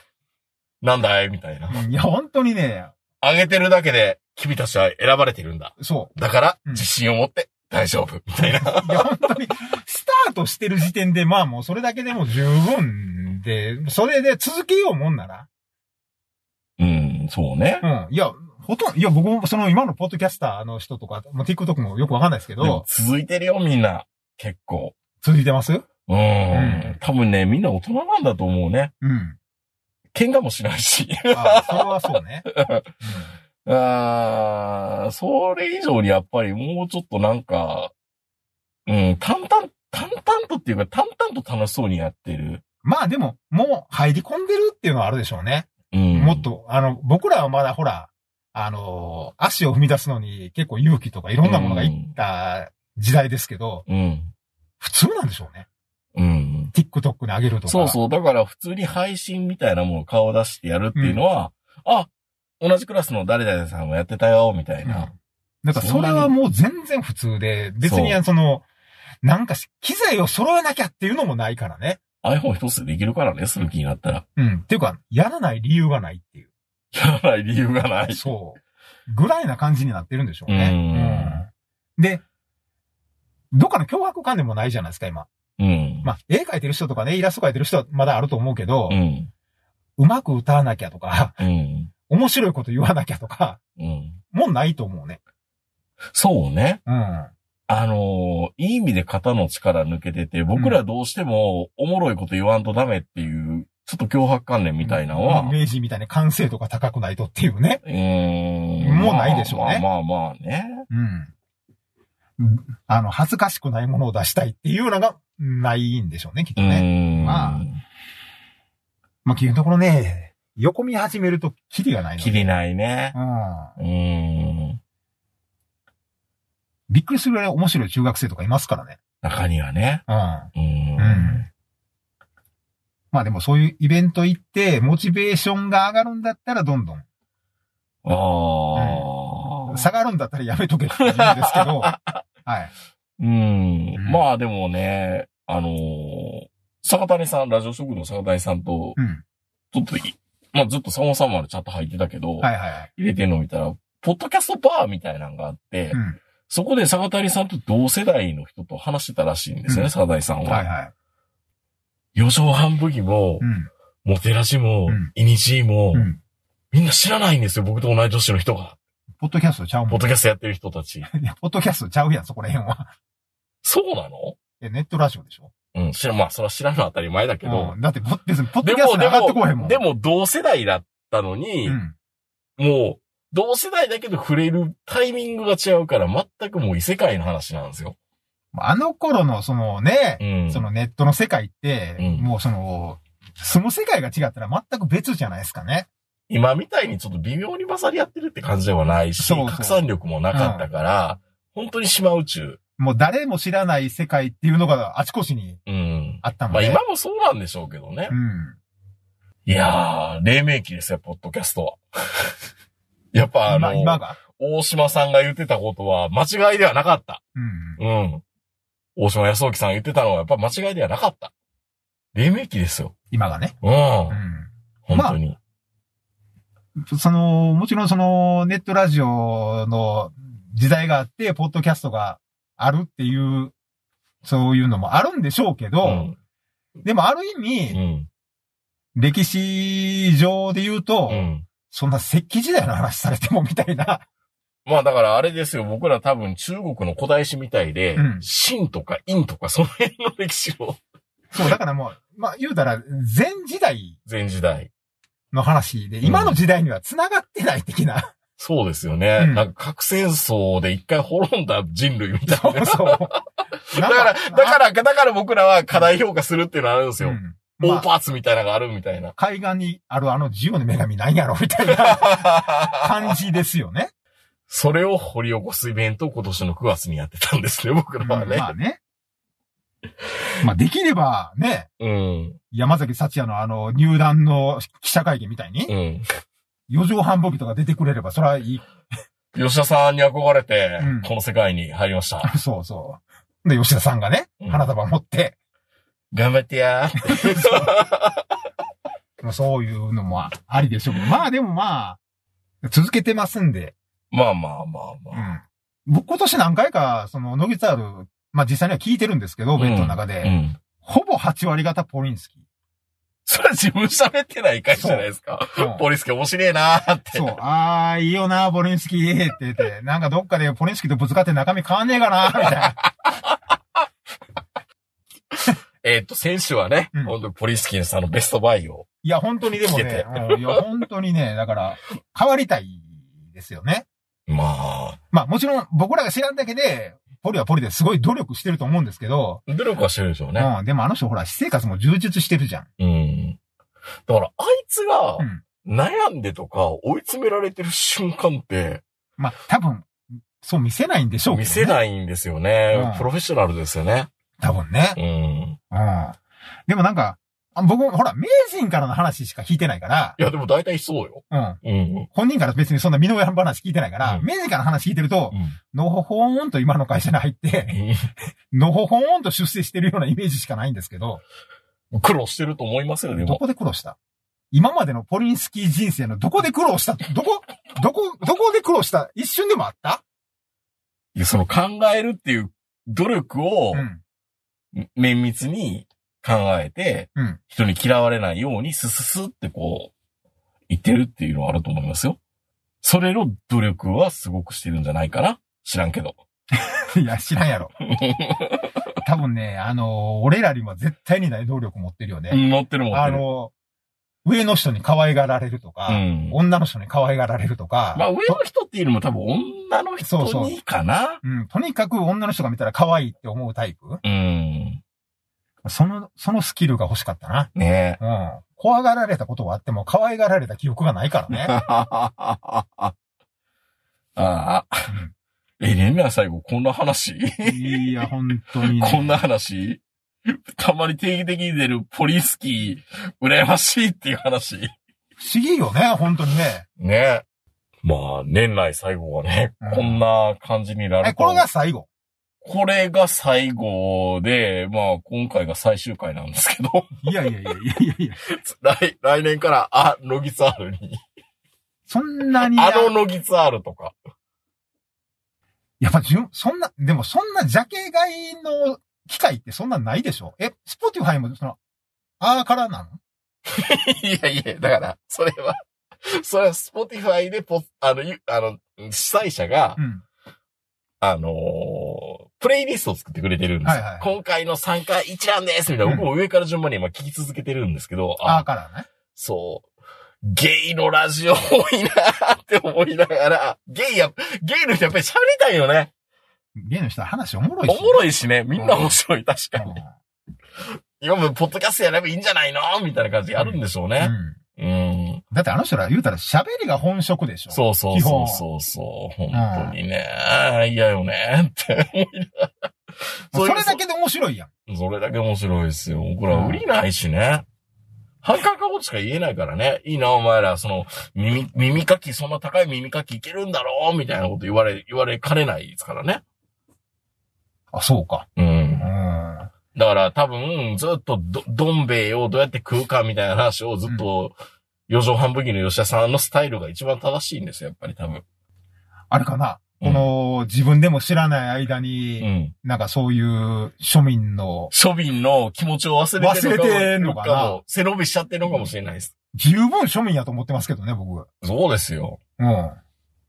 Speaker 2: んなんだいみたいな。
Speaker 3: うんいや、本当にね、
Speaker 2: 上げてるだけで、君たちは選ばれてるんだ。
Speaker 3: そ
Speaker 2: だから、
Speaker 3: うん
Speaker 2: 自信を持って、大丈夫。みたいな。
Speaker 3: う。いや、本当に、スタートしてる時点で、まあもうそれだけでも十分で、それで続けようもんなら。
Speaker 2: うん、そうね。
Speaker 3: うん。いや、ほとんど、いや、僕もその今のポッドキャスターの人とか、もう TikTok もよくわかんないですけ
Speaker 2: でも
Speaker 3: ど、
Speaker 2: 続いてるよ、みんな。結構。
Speaker 3: 続いてます
Speaker 2: うん。
Speaker 3: ん
Speaker 2: 多分ね、みんな大人なんだと思うね。
Speaker 3: うん。
Speaker 2: 喧嘩もしないし。
Speaker 3: あそれはそうね。 [laughs]
Speaker 2: あーそれ以上にやっぱりもうちょっとなんか、うん、淡々、淡々とっていうか淡々と楽しそうにやってる。
Speaker 3: うんまあでも、もう入り込んでるっていうのはあるでしょうね。
Speaker 2: うん。
Speaker 3: もっ。と、あの、僕らはまだほら、あの、足を踏み出すのに結構勇気とかいろんなものがいった時代ですけど、
Speaker 2: うん。
Speaker 3: 普通なんでしょうね。
Speaker 2: うん。
Speaker 3: TikTok に上げるとか。
Speaker 2: そうそう。だから普通に配信みたいなものを顔出してやるっていうのは、あ、同じクラスの誰々さんもやってたよ、みたい
Speaker 3: うん。
Speaker 2: な。
Speaker 3: なんかそれはもう全然普通で、別に
Speaker 2: そ
Speaker 3: その、なんかし機材を揃えなきゃっていうのもないからね。
Speaker 2: iPhone 一つでできるからね、する気になったら。 [laughs]
Speaker 3: うん。っていうか、やらない理由がないっていう。
Speaker 2: やらない理由がない。
Speaker 3: そう。ぐらいな感じになってるんでしょうね。うんで、どっかの脅迫観念もないじゃないですか、今。
Speaker 2: うん。
Speaker 3: まあ、絵描いてる人とかね、イラスト描いてる人はまだあると思うけど、
Speaker 2: うん。
Speaker 3: うまく歌わなきゃとか、
Speaker 2: うん。
Speaker 3: 面白いこと言わなきゃとか、
Speaker 2: うん。
Speaker 3: もうないと思うね。
Speaker 2: そうね。
Speaker 3: うん。
Speaker 2: あのーいい意味で肩の力抜けてて、僕らどうしてもおもろいこと言わんとダメっていう、ちょっと脅迫観念みたいなのは、う
Speaker 3: 明治みたいに完成度が高くないとっていうね。
Speaker 2: ーん。
Speaker 3: もうないでしょうね
Speaker 2: まあまあまあまあね。
Speaker 3: うん。あの、恥ずかしくないものを出したいっていうのが、ないんでしょうね、きっとね。
Speaker 2: ね
Speaker 3: まあまあ、結局のところね、横見始めると、キリがないの
Speaker 2: 切れないね。
Speaker 3: うん。
Speaker 2: うん。
Speaker 3: びっくりするぐらい面白い中学生とかいますからね。
Speaker 2: 中にはね。
Speaker 3: うん。
Speaker 2: うん。
Speaker 3: うんまあでもそういうイベント行って、モチベーションが上がるんだったらどんどん。
Speaker 2: ああ。
Speaker 3: 下がるんだったらやめとけって言うんですけ [laughs] ど。はい。
Speaker 2: うん
Speaker 3: ん。
Speaker 2: まあでもね、あのー、坂谷さん、ラジオ食堂の坂谷さんと、
Speaker 3: うん。
Speaker 2: ちょっとい、まあずっと330チャット入ってたけど、
Speaker 3: はいはいはい。
Speaker 2: 入れてんの見たら、ポッドキャストバーみたいなのがあって、
Speaker 3: うん。
Speaker 2: そこで坂谷さんと同世代の人と話してたらしいんですよね、
Speaker 3: うん
Speaker 2: 坂谷さんは。
Speaker 3: はいはい。
Speaker 2: 予想半武器も
Speaker 3: う、ん。
Speaker 2: モテラジも
Speaker 3: うん、
Speaker 2: イニジーも、
Speaker 3: うん。
Speaker 2: みんな知らないんですよ、僕と同い年の人が。
Speaker 3: ポッドキャストちゃう
Speaker 2: ポ
Speaker 3: も
Speaker 2: ッ
Speaker 3: ん。
Speaker 2: ドキャストやってる人たち。
Speaker 3: いや [laughs] ポッドキャストちゃうやん、そこら辺は。
Speaker 2: そうなの
Speaker 3: いやネットラジオでしょ。
Speaker 2: うん、知ら、まあ、それは知らんの当たり前だけど
Speaker 3: う、んだってポ、別にポッ
Speaker 2: で
Speaker 3: ドキャス
Speaker 2: も、
Speaker 3: トに
Speaker 2: で
Speaker 3: 上がってこうへんも
Speaker 2: も、
Speaker 3: ん。
Speaker 2: で、も同世代だったのに、
Speaker 3: うん。
Speaker 2: もう、同世代だけど触れるタイミングが違うから、全くもう異世界の話なんですよ。
Speaker 3: あの頃の、そのね
Speaker 2: う、ん。
Speaker 3: そのネットの世界って、
Speaker 2: うん
Speaker 3: もうその、住む世界が違ったら全く別じゃないですかね。
Speaker 2: 今みたいにちょっと微妙に混ざり合ってるって感じではないし、
Speaker 3: そうそう
Speaker 2: 拡散力もなかったから、本当に島宇宙。
Speaker 3: もう誰も知らない世界っていうのがあちこちに
Speaker 2: うん。
Speaker 3: あったの
Speaker 2: まあ
Speaker 3: で。
Speaker 2: 今もそうなんでしょうけどね。
Speaker 3: うん。
Speaker 2: いやー、黎明期ですよ、ポッドキャストは。 [laughs] やっぱあ
Speaker 3: 今、
Speaker 2: の、
Speaker 3: 今が。
Speaker 2: 大島さんが言ってたことは間違いではなかった。
Speaker 3: うん。
Speaker 2: うん。大島康之さんが言ってたのはやっぱ間違いではなかった。黎明期ですよ。
Speaker 3: 今がね。
Speaker 2: うん。
Speaker 3: う
Speaker 2: 本当に。
Speaker 3: ん。その、もちろんその、ネットラジオの時代があって、ポッドキャストがあるっていう、そういうのもあるんでしょうけ
Speaker 2: う
Speaker 3: ど、
Speaker 2: ん。
Speaker 3: でもある意
Speaker 2: う
Speaker 3: 味、
Speaker 2: ん。
Speaker 3: 歴史上で言うと、
Speaker 2: うん。
Speaker 3: そんな石器時代の話されてもみたい
Speaker 2: [laughs]
Speaker 3: な。
Speaker 2: まあだからあれですよ、僕ら多分中国の古代史みたいで、
Speaker 3: うん
Speaker 2: 秦とか陰とかその辺の歴史を、
Speaker 3: そう、だからもう、まあ言うたら、前時代
Speaker 2: 前時代。
Speaker 3: の話で、今の時代には繋がってない的な。
Speaker 2: そうですよね。
Speaker 3: うん
Speaker 2: なんか核戦争で一回滅んだ人類みた
Speaker 3: そ
Speaker 2: いな。
Speaker 3: うそ
Speaker 2: [laughs]
Speaker 3: う。
Speaker 2: だ
Speaker 3: だ
Speaker 2: から、だから、だから僕らは過大評価するっていうのあるんですよ。
Speaker 3: うん
Speaker 2: 大
Speaker 3: まあ
Speaker 2: パーツみたいなのがあるみたいな。
Speaker 3: 海岸にあるあの自由の女神なんやろみた
Speaker 2: [laughs]
Speaker 3: いな感じですよね。
Speaker 2: それを掘り起こすイベントを今年の9月にやってたんですね、僕らは
Speaker 3: うん
Speaker 2: ね
Speaker 3: ま。あね。まあできればね、
Speaker 2: うん。
Speaker 3: 山崎幸也のあの入団の記者会見みたいに、
Speaker 2: うん。
Speaker 3: 四畳半ボケとか出てくれればそれはいい。
Speaker 2: 吉田さんに憧れて
Speaker 3: うん、
Speaker 2: この世界に入りました。
Speaker 3: [laughs] そうそう。で、吉田さんがね
Speaker 2: うん、
Speaker 3: 花束持って、
Speaker 2: 頑張ってやーって。
Speaker 3: [laughs] まあそういうのもありでしょうけど。まあでもまあ、続けてますんで、
Speaker 2: まあまあまあまあ。
Speaker 3: うん。僕今年何回か、その、ノギツアール、まあ実際には聞いてるんですけど、ベッドの中で、
Speaker 2: うん。
Speaker 3: ほぼ8割方ポリンスキー。
Speaker 2: それは自分喋ってない回じゃないですか。
Speaker 3: うん
Speaker 2: [laughs] ポリスケ面白いなーって。
Speaker 3: そう。あー、いいよな、ポリンスキーって言って、なんかどっかでポリンスキーとぶつかって中身変わんねえかな、みたい
Speaker 2: [laughs]
Speaker 3: な。
Speaker 2: えーっと、選手はね、
Speaker 3: うん
Speaker 2: 本当にポリスケさんのベストバイを。
Speaker 3: いや、本当にでも
Speaker 2: 聞け
Speaker 3: ね、うんいや、本当にね、だから、変わりたいですよね。
Speaker 2: まあ、
Speaker 3: まあもちろん僕らが知らんだけで、ポリはポリですごい努力してると思うんですけど、
Speaker 2: 努力はしてるでしょうね。
Speaker 3: うん、でもあの人ほら、私生活も充実してるじゃん。
Speaker 2: うん。だから、あいつが
Speaker 3: うん
Speaker 2: 悩んでとか追い詰められてる瞬間って、
Speaker 3: まあ多分、そう見せないんでしょうけど、ね。
Speaker 2: 見せ
Speaker 3: い。
Speaker 2: ないんですよね
Speaker 3: う。ん
Speaker 2: プロフェッショナルですよね。
Speaker 3: 多分ね。
Speaker 2: うん。
Speaker 3: うん。でもなんか、あ僕もほら、名人からの話しか聞いてないから、
Speaker 2: いや、でも大体そうよ。
Speaker 3: うん。
Speaker 2: うん。
Speaker 3: 本人から別にそんな身の上の話聞いてないから、
Speaker 2: うん
Speaker 3: 名人からの話聞いてると
Speaker 2: う、ん
Speaker 3: のほほーんと今の会社に入って、のほほーんと出世してるようなイメージしかないんですけど、
Speaker 2: 苦労してると思いますよ、で
Speaker 3: ど
Speaker 2: も。
Speaker 3: こで苦労した今までのポリンスキー人生のどこで苦労したどこ、どこ、どこで苦労した一瞬でもあった
Speaker 2: いやその考えるっていう努力を、
Speaker 3: うん。
Speaker 2: 綿密に考えて、
Speaker 3: うん
Speaker 2: 人に嫌われないようにスススってこう、言ってるっていうのはあると思いますよ。それの努力はすごくしてるんじゃないかな知らんけど。
Speaker 3: いや、知らんやろ。多分ね、あのー俺らには絶対にない能力持ってるよね。
Speaker 2: 乗ってるもん。
Speaker 3: あの、上の人に可愛がられるとか、
Speaker 2: うん
Speaker 3: 女の人に可愛がられるとか、
Speaker 2: まあ、上の人っていうのも多分女の人
Speaker 3: そうそう
Speaker 2: にかな。
Speaker 3: うん、とにかく女の人が見たら可愛いって思うタイプ
Speaker 2: うん。
Speaker 3: その、そのスキルが欲しかったな。
Speaker 2: ね
Speaker 3: うん。怖がられたことはあっても、可愛がられた記憶がないからね。
Speaker 2: [laughs] ああ。え、レミは最後こんな話
Speaker 3: [laughs] いや、本当に、
Speaker 2: こんな。話たまに定期的に出るポリスキー、羨ましいっていう話。
Speaker 3: 不思議よね、本当にね。
Speaker 2: ね。まあ、年内最後はね、
Speaker 3: うん
Speaker 2: こんな感じにな
Speaker 3: え、
Speaker 2: ると
Speaker 3: これが最後。
Speaker 2: これが最後で、まあ、今回が最終回なんですけど、
Speaker 3: いやいやいやいやいや
Speaker 2: [laughs] 来、来年から、あ、ノギツアールに、
Speaker 3: そんなにや、
Speaker 2: あのノギツアールとか。
Speaker 3: やっぱじゅん、そんな、でもそんなジャケ買いの機会ってそんなないでしょえ、スポティファイもその、あーからなの
Speaker 2: いやいや、だから、それは、それは Spotify でポ、あの、ゆあの、主催者が、
Speaker 3: うん。
Speaker 2: あのープレイリストを作ってくれてるんですよ。
Speaker 3: はいはい
Speaker 2: 今回の参加一覧ですみたいな、
Speaker 3: うん
Speaker 2: 僕も上から順番に今聞き続けてるんですけど、
Speaker 3: あーからね。
Speaker 2: そう。ゲイのラジオ多いなーって思いながら、ゲイや、ゲイの人やっぱり喋りたいよね。
Speaker 3: 芸の人は話おもろいし、
Speaker 2: おも
Speaker 3: い。
Speaker 2: ろいしね。みんな面白い。確か
Speaker 3: う
Speaker 2: に。今もポッドキャストやればいいんじゃないのみたいな感じやるんでしょうん
Speaker 3: う
Speaker 2: ね。
Speaker 3: ん。
Speaker 2: うん。
Speaker 3: だってあの人ら言うたら喋りが本職でしょ
Speaker 2: そうそう
Speaker 3: 基
Speaker 2: そう
Speaker 3: 本
Speaker 2: そうそう。本当にね。嫌よねって思いなが
Speaker 3: それ
Speaker 2: ら。
Speaker 3: だけで面白いやん。
Speaker 2: け。それだけ面白いですよ。僕ら売りないしね。半感覚しか言えないからね。いいな、お前ら、その、耳、耳かき、そんな高い耳かきいけるんだろうみたいなこと言われ、言われかねないですからね。
Speaker 3: あ、そうか。
Speaker 2: う。
Speaker 3: うんん。
Speaker 2: だから多分、ずっとど、どん兵衛をどうやって食うかみたいな話をずっと、四畳半武器の吉田さんのスタイルが一番正しいんですよ、やっぱり多分。
Speaker 3: あれかな。
Speaker 2: うん
Speaker 3: この、自分でも知らない間
Speaker 2: う
Speaker 3: に、
Speaker 2: ん。
Speaker 3: なんかそういう庶民の
Speaker 2: 庶民の気持ちを忘れてるのかも。
Speaker 3: 忘れてんのかな
Speaker 2: も背伸びしちゃってるのかもしれないです。
Speaker 3: 十分庶民やと思ってますけどね、僕。
Speaker 2: そうですよ。
Speaker 3: うん。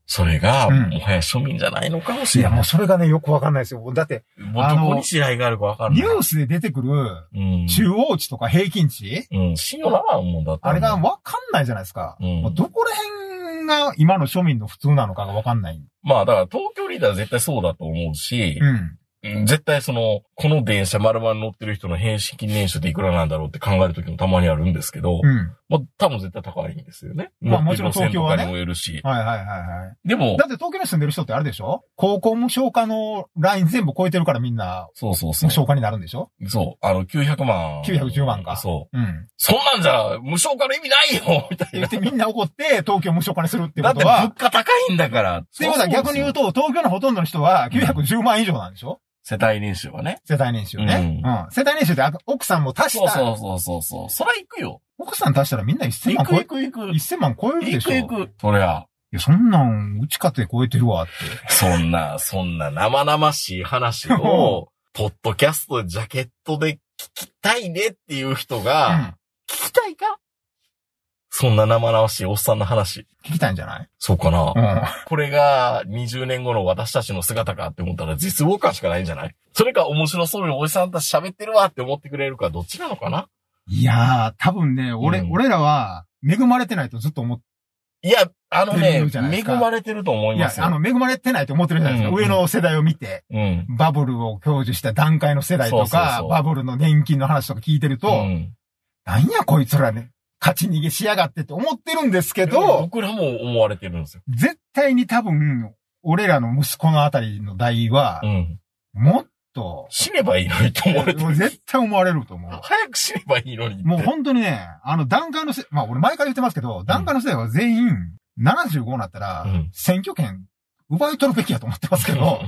Speaker 2: それが、
Speaker 3: うん
Speaker 2: もはや庶民じゃないのかもし
Speaker 3: い
Speaker 2: れ
Speaker 3: や、
Speaker 2: ない。
Speaker 3: もうそれがね、よくわかんないですよ。だって、
Speaker 2: もうどこに試合があるかわかんない。
Speaker 3: ニュースで出てくる
Speaker 2: うん。
Speaker 3: 中央値とか平均値、
Speaker 2: うん。信用ならんもんだって。
Speaker 3: あれがわかんないじゃないですか。
Speaker 2: うん
Speaker 3: もうどこら辺が今の庶民の普通なのかがわかんない。
Speaker 2: まあ、だから東京リーダーは絶対そうだと思うし、
Speaker 3: う
Speaker 2: う
Speaker 3: ん。
Speaker 2: ん絶対その、この電車丸々乗ってる人の平均年収っていくらなんだろうって考えるときもたまにあるんですけど、
Speaker 3: うん。
Speaker 2: まあ多分絶対高いんですよね。
Speaker 3: まあもちろん
Speaker 2: 乗ってる路線とかに
Speaker 3: 東京はね
Speaker 2: もよるし。
Speaker 3: はいはいはいは
Speaker 2: でも
Speaker 3: い。だ、って東京に住んでる人ってあれでしょ高校無償化のライン全部超えてるからみんな
Speaker 2: そうそうそ
Speaker 3: 無償
Speaker 2: う。
Speaker 3: 化になるんでしょ
Speaker 2: そう。あの、900万。
Speaker 3: 910万か
Speaker 2: そう。
Speaker 3: うん。
Speaker 2: そんなんじゃ、無償化の意味ないよみたい
Speaker 3: 言
Speaker 2: な。
Speaker 3: ってみんな怒
Speaker 2: [laughs]
Speaker 3: って東京無償化にするって
Speaker 2: だ
Speaker 3: こ
Speaker 2: って
Speaker 3: と
Speaker 2: 物
Speaker 3: は、
Speaker 2: 価高いんだから。
Speaker 3: っていうことは逆に言う
Speaker 2: と。
Speaker 3: と、東京のほとんどの人は910万以上なんでしょ
Speaker 2: 世帯年収はね。
Speaker 3: 世帯年収ね。
Speaker 2: う
Speaker 3: うん。世帯年収ってあ奥さんも足し
Speaker 2: そう
Speaker 3: た
Speaker 2: そうそうそうそう。そら行くよ。
Speaker 3: 奥さん足したらみんな1000
Speaker 2: 行
Speaker 3: 万
Speaker 2: く
Speaker 3: 超
Speaker 2: 行
Speaker 3: え、
Speaker 2: く行く。
Speaker 3: 1000万超えるで
Speaker 2: 行
Speaker 3: しょ
Speaker 2: く行く。そりゃ。
Speaker 3: いや、そんなん、うち家庭超えてるわって。
Speaker 2: そんな、そんな生々しい話を、ポッドキャストでジャケットで聞きたいねっていう人が、聞きたいかそんな生々しいおっさんの話。
Speaker 3: うん。聞きたいんじゃない
Speaker 2: そうかな、
Speaker 3: う。
Speaker 2: これが20年後の私たちの姿かって思ったら絶望感しかないんじゃないそれか面白そうにおじさんたち喋ってるわって思ってくれるかどっちなのかなん
Speaker 3: いやー、多分ね、俺、
Speaker 2: うん
Speaker 3: 俺らは、恵まれてないとずっと思って、
Speaker 2: いや、あの
Speaker 3: ってい
Speaker 2: ね
Speaker 3: うじゃないで
Speaker 2: 恵
Speaker 3: すか
Speaker 2: まれてると思い
Speaker 3: い
Speaker 2: ま
Speaker 3: や、
Speaker 2: すよ。
Speaker 3: あの、恵まれてないと思ってるじゃないですか。
Speaker 2: うんうん
Speaker 3: 上の世代を見て、
Speaker 2: うん。
Speaker 3: バブルを享受した段階の世代と
Speaker 2: そ
Speaker 3: か、
Speaker 2: うそうそう
Speaker 3: バブルの年金の話とか聞いてると、
Speaker 2: うん
Speaker 3: なんやこいつらね、勝ち逃げしやがってって思ってるんですけど、
Speaker 2: 僕らも思われてるんですよ。
Speaker 3: 絶対に多分、俺らの息子のあたりの代は
Speaker 2: う、ん。
Speaker 3: もっと、
Speaker 2: 死ねばいいのにと思われてる
Speaker 3: もう絶対思われると思う。
Speaker 2: 早く死ねばいいのにって。
Speaker 3: もう本当にね、あの、段階のせ、まあ俺前から言ってますけど、段階の世代は全員、75になったら
Speaker 2: うん、
Speaker 3: 選挙権、奪い取るべきやと思ってますけど、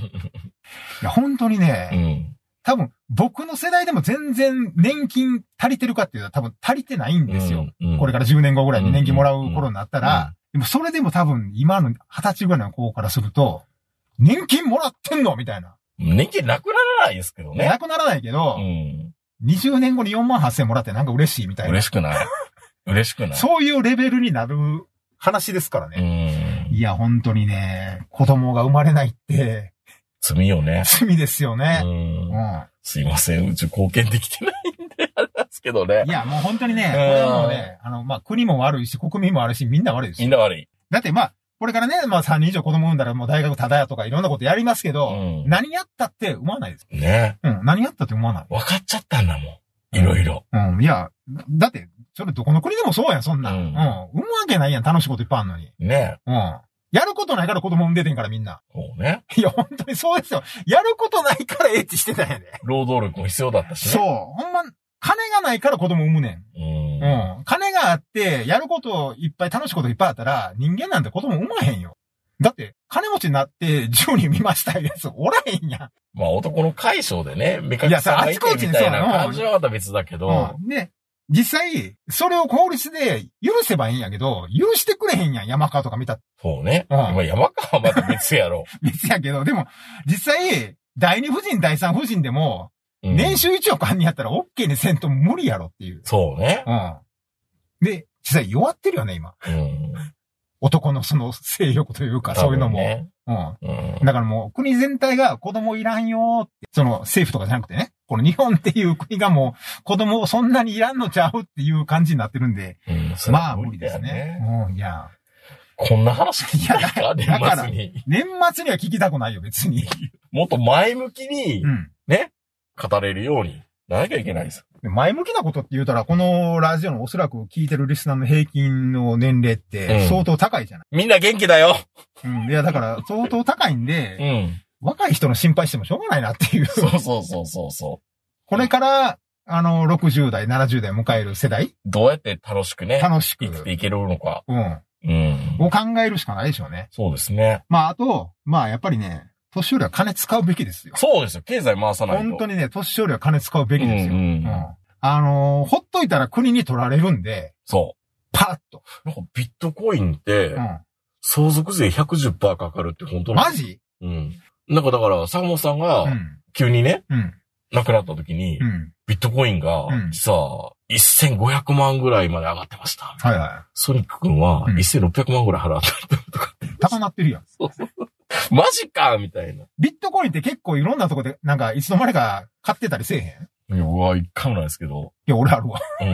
Speaker 3: いや、本当に
Speaker 2: う
Speaker 3: ね、
Speaker 2: ん。
Speaker 3: 多分、僕の世代でも全然年金足りてるかっていうのは多分足りてないんですよ。
Speaker 2: うん。
Speaker 3: これ
Speaker 2: が
Speaker 3: から10年後ぐらいに年金もらう頃になった
Speaker 2: うん
Speaker 3: ら、でもそれでも多分、今の20歳ぐらいの子からすると、年金もらってんのみたいな。
Speaker 2: 年金なくならないですけどね。
Speaker 3: なくならないけど
Speaker 2: う、ん。
Speaker 3: 20年後に4万8000もらってなんか嬉しいみたいな
Speaker 2: 嬉。しくない。嬉しくない。
Speaker 3: そういうレベルになる話ですから
Speaker 2: う
Speaker 3: ね。
Speaker 2: ん。
Speaker 3: いや、本当にね、子供が生まれないって、
Speaker 2: 罪よね。
Speaker 3: 罪ですよ
Speaker 2: う。
Speaker 3: ね。うんん。
Speaker 2: すいません。うち貢献できてないんで、あれなんですですけどね
Speaker 3: い。や、もう本当にね、これはもうね、あの、まあ、国も悪いし、国民も悪いし、みんな悪いです
Speaker 2: みん
Speaker 3: よ。
Speaker 2: な悪い。
Speaker 3: だってまあ、これからね、まあ3人以上子供産んだらもう大学ただやとかいろんなことやりますけど、
Speaker 2: うん
Speaker 3: 何やったって思わないです。
Speaker 2: ね。
Speaker 3: うん、何やったって思わない。
Speaker 2: 分かっちゃったんだもん。いろいろ。
Speaker 3: うん、いや、だだって、それどこの国でもそうやん、そんなん。
Speaker 2: う
Speaker 3: うんん、産むわけないやん、楽しいこといっぱいあんのに。
Speaker 2: ね。
Speaker 3: うん。やることないから子供産んでてんからみんな。
Speaker 2: そうね。
Speaker 3: いや、本当にそうですよ。やることないからエッチしてたんやで。
Speaker 2: 労働力も必要だったしね。
Speaker 3: そう。ほんま、金がないから子供産むね
Speaker 2: う。
Speaker 3: ん。
Speaker 2: ん。
Speaker 3: うん。金があって、やることいっぱい、楽しいこといっぱいあったら、人間なんて子供産まへんよ。だって、金持ちになって10人見ましたやつおらへんやん。
Speaker 2: まあ男の解消でね、目
Speaker 3: い
Speaker 2: 隠
Speaker 3: や
Speaker 2: しさ
Speaker 3: さ
Speaker 2: んがいてみたいな
Speaker 3: あちこちにそうなの
Speaker 2: 感じはまた別だけど、
Speaker 3: うん。で、実際、それを法律で許せばいいんやけど、許してくれへんやん、山川とか見たって。
Speaker 2: そうね。
Speaker 3: うん
Speaker 2: まあ山川はまた別やろ。
Speaker 3: 別やけど、でも、実際、第二夫人、第三夫人でも、
Speaker 2: うん
Speaker 3: 年収1億半にやったら OK にせんと無理やろっていう。
Speaker 2: そうね。
Speaker 3: うん。で、実際弱ってるよね、今。
Speaker 2: うん。
Speaker 3: 男のその性欲というか、 [laughs] そういうのも。うん。
Speaker 2: 多分ね。
Speaker 3: だからもう国全体が子供いらんよーって、その政府とかじゃなくてね、この日本っていう国がもう子供をそんなにいらんのちゃうっていう感じになってるんで、
Speaker 2: うん。うんそれ
Speaker 3: ま
Speaker 2: は
Speaker 3: あ無理で
Speaker 2: だ
Speaker 3: す
Speaker 2: よ
Speaker 3: ね。うん、いや。
Speaker 2: こんな話聞いたか
Speaker 3: やだ
Speaker 2: 年末に。
Speaker 3: 年末には聞きたくないよ、別
Speaker 2: [laughs]
Speaker 3: に。
Speaker 2: もっと前向きに
Speaker 3: うん。
Speaker 2: 語れるようにならなきゃいけないです。
Speaker 3: で前向きなことって言うたら、このラジオのおそらく聞いてるリスナーの平均の年齢っ
Speaker 2: うん
Speaker 3: て相当高いじゃない、
Speaker 2: みんな元気だよ
Speaker 3: うん、いや、だから相当高いん
Speaker 2: う
Speaker 3: で、
Speaker 2: ん。
Speaker 3: 若い人の心配してもしょうがないなっていう。
Speaker 2: そうそうそうそうそう。
Speaker 3: これから、あの、60代、70代迎える世代
Speaker 2: どうやって楽しくね、
Speaker 3: 楽しく、
Speaker 2: 生きて
Speaker 3: う
Speaker 2: いけるのか。
Speaker 3: ん、
Speaker 2: うん。
Speaker 3: を考えるしかないでしょうね。
Speaker 2: そうですね。
Speaker 3: まあ、あと、まあ、やっぱりね、年寄りは金使うべきですよ。
Speaker 2: そうですよ。経済回さないと。
Speaker 3: 本当にね、年寄りは金使うべきですよ。
Speaker 2: う
Speaker 3: うんん
Speaker 2: うん
Speaker 3: あのーほっといたら国に取られるんで、
Speaker 2: そ
Speaker 3: パッと。
Speaker 2: う。なんかビットコインって
Speaker 3: う、ん。
Speaker 2: 相続税110%かかるって本当なの
Speaker 3: マジ
Speaker 2: うん。なんかだから、坂本さんが
Speaker 3: う、ん。
Speaker 2: 急にね、
Speaker 3: うん。
Speaker 2: 亡くなった時に
Speaker 3: う、ん。
Speaker 2: ビットコインが
Speaker 3: う、ん
Speaker 2: 実は、1500万ぐらいまで上がってました。
Speaker 3: はいは
Speaker 2: ソニック君は、
Speaker 3: うん
Speaker 2: 1600万ぐらい払ってたとか、 [laughs]
Speaker 3: い。高なってるやん。
Speaker 2: マジかみたいな。
Speaker 3: ビットコインって結構いろんなとこで、なんか、いつの間にか買ってたりせえへんい
Speaker 2: いや、うわ、一回もないですけど。
Speaker 3: や、俺あるわ。
Speaker 2: う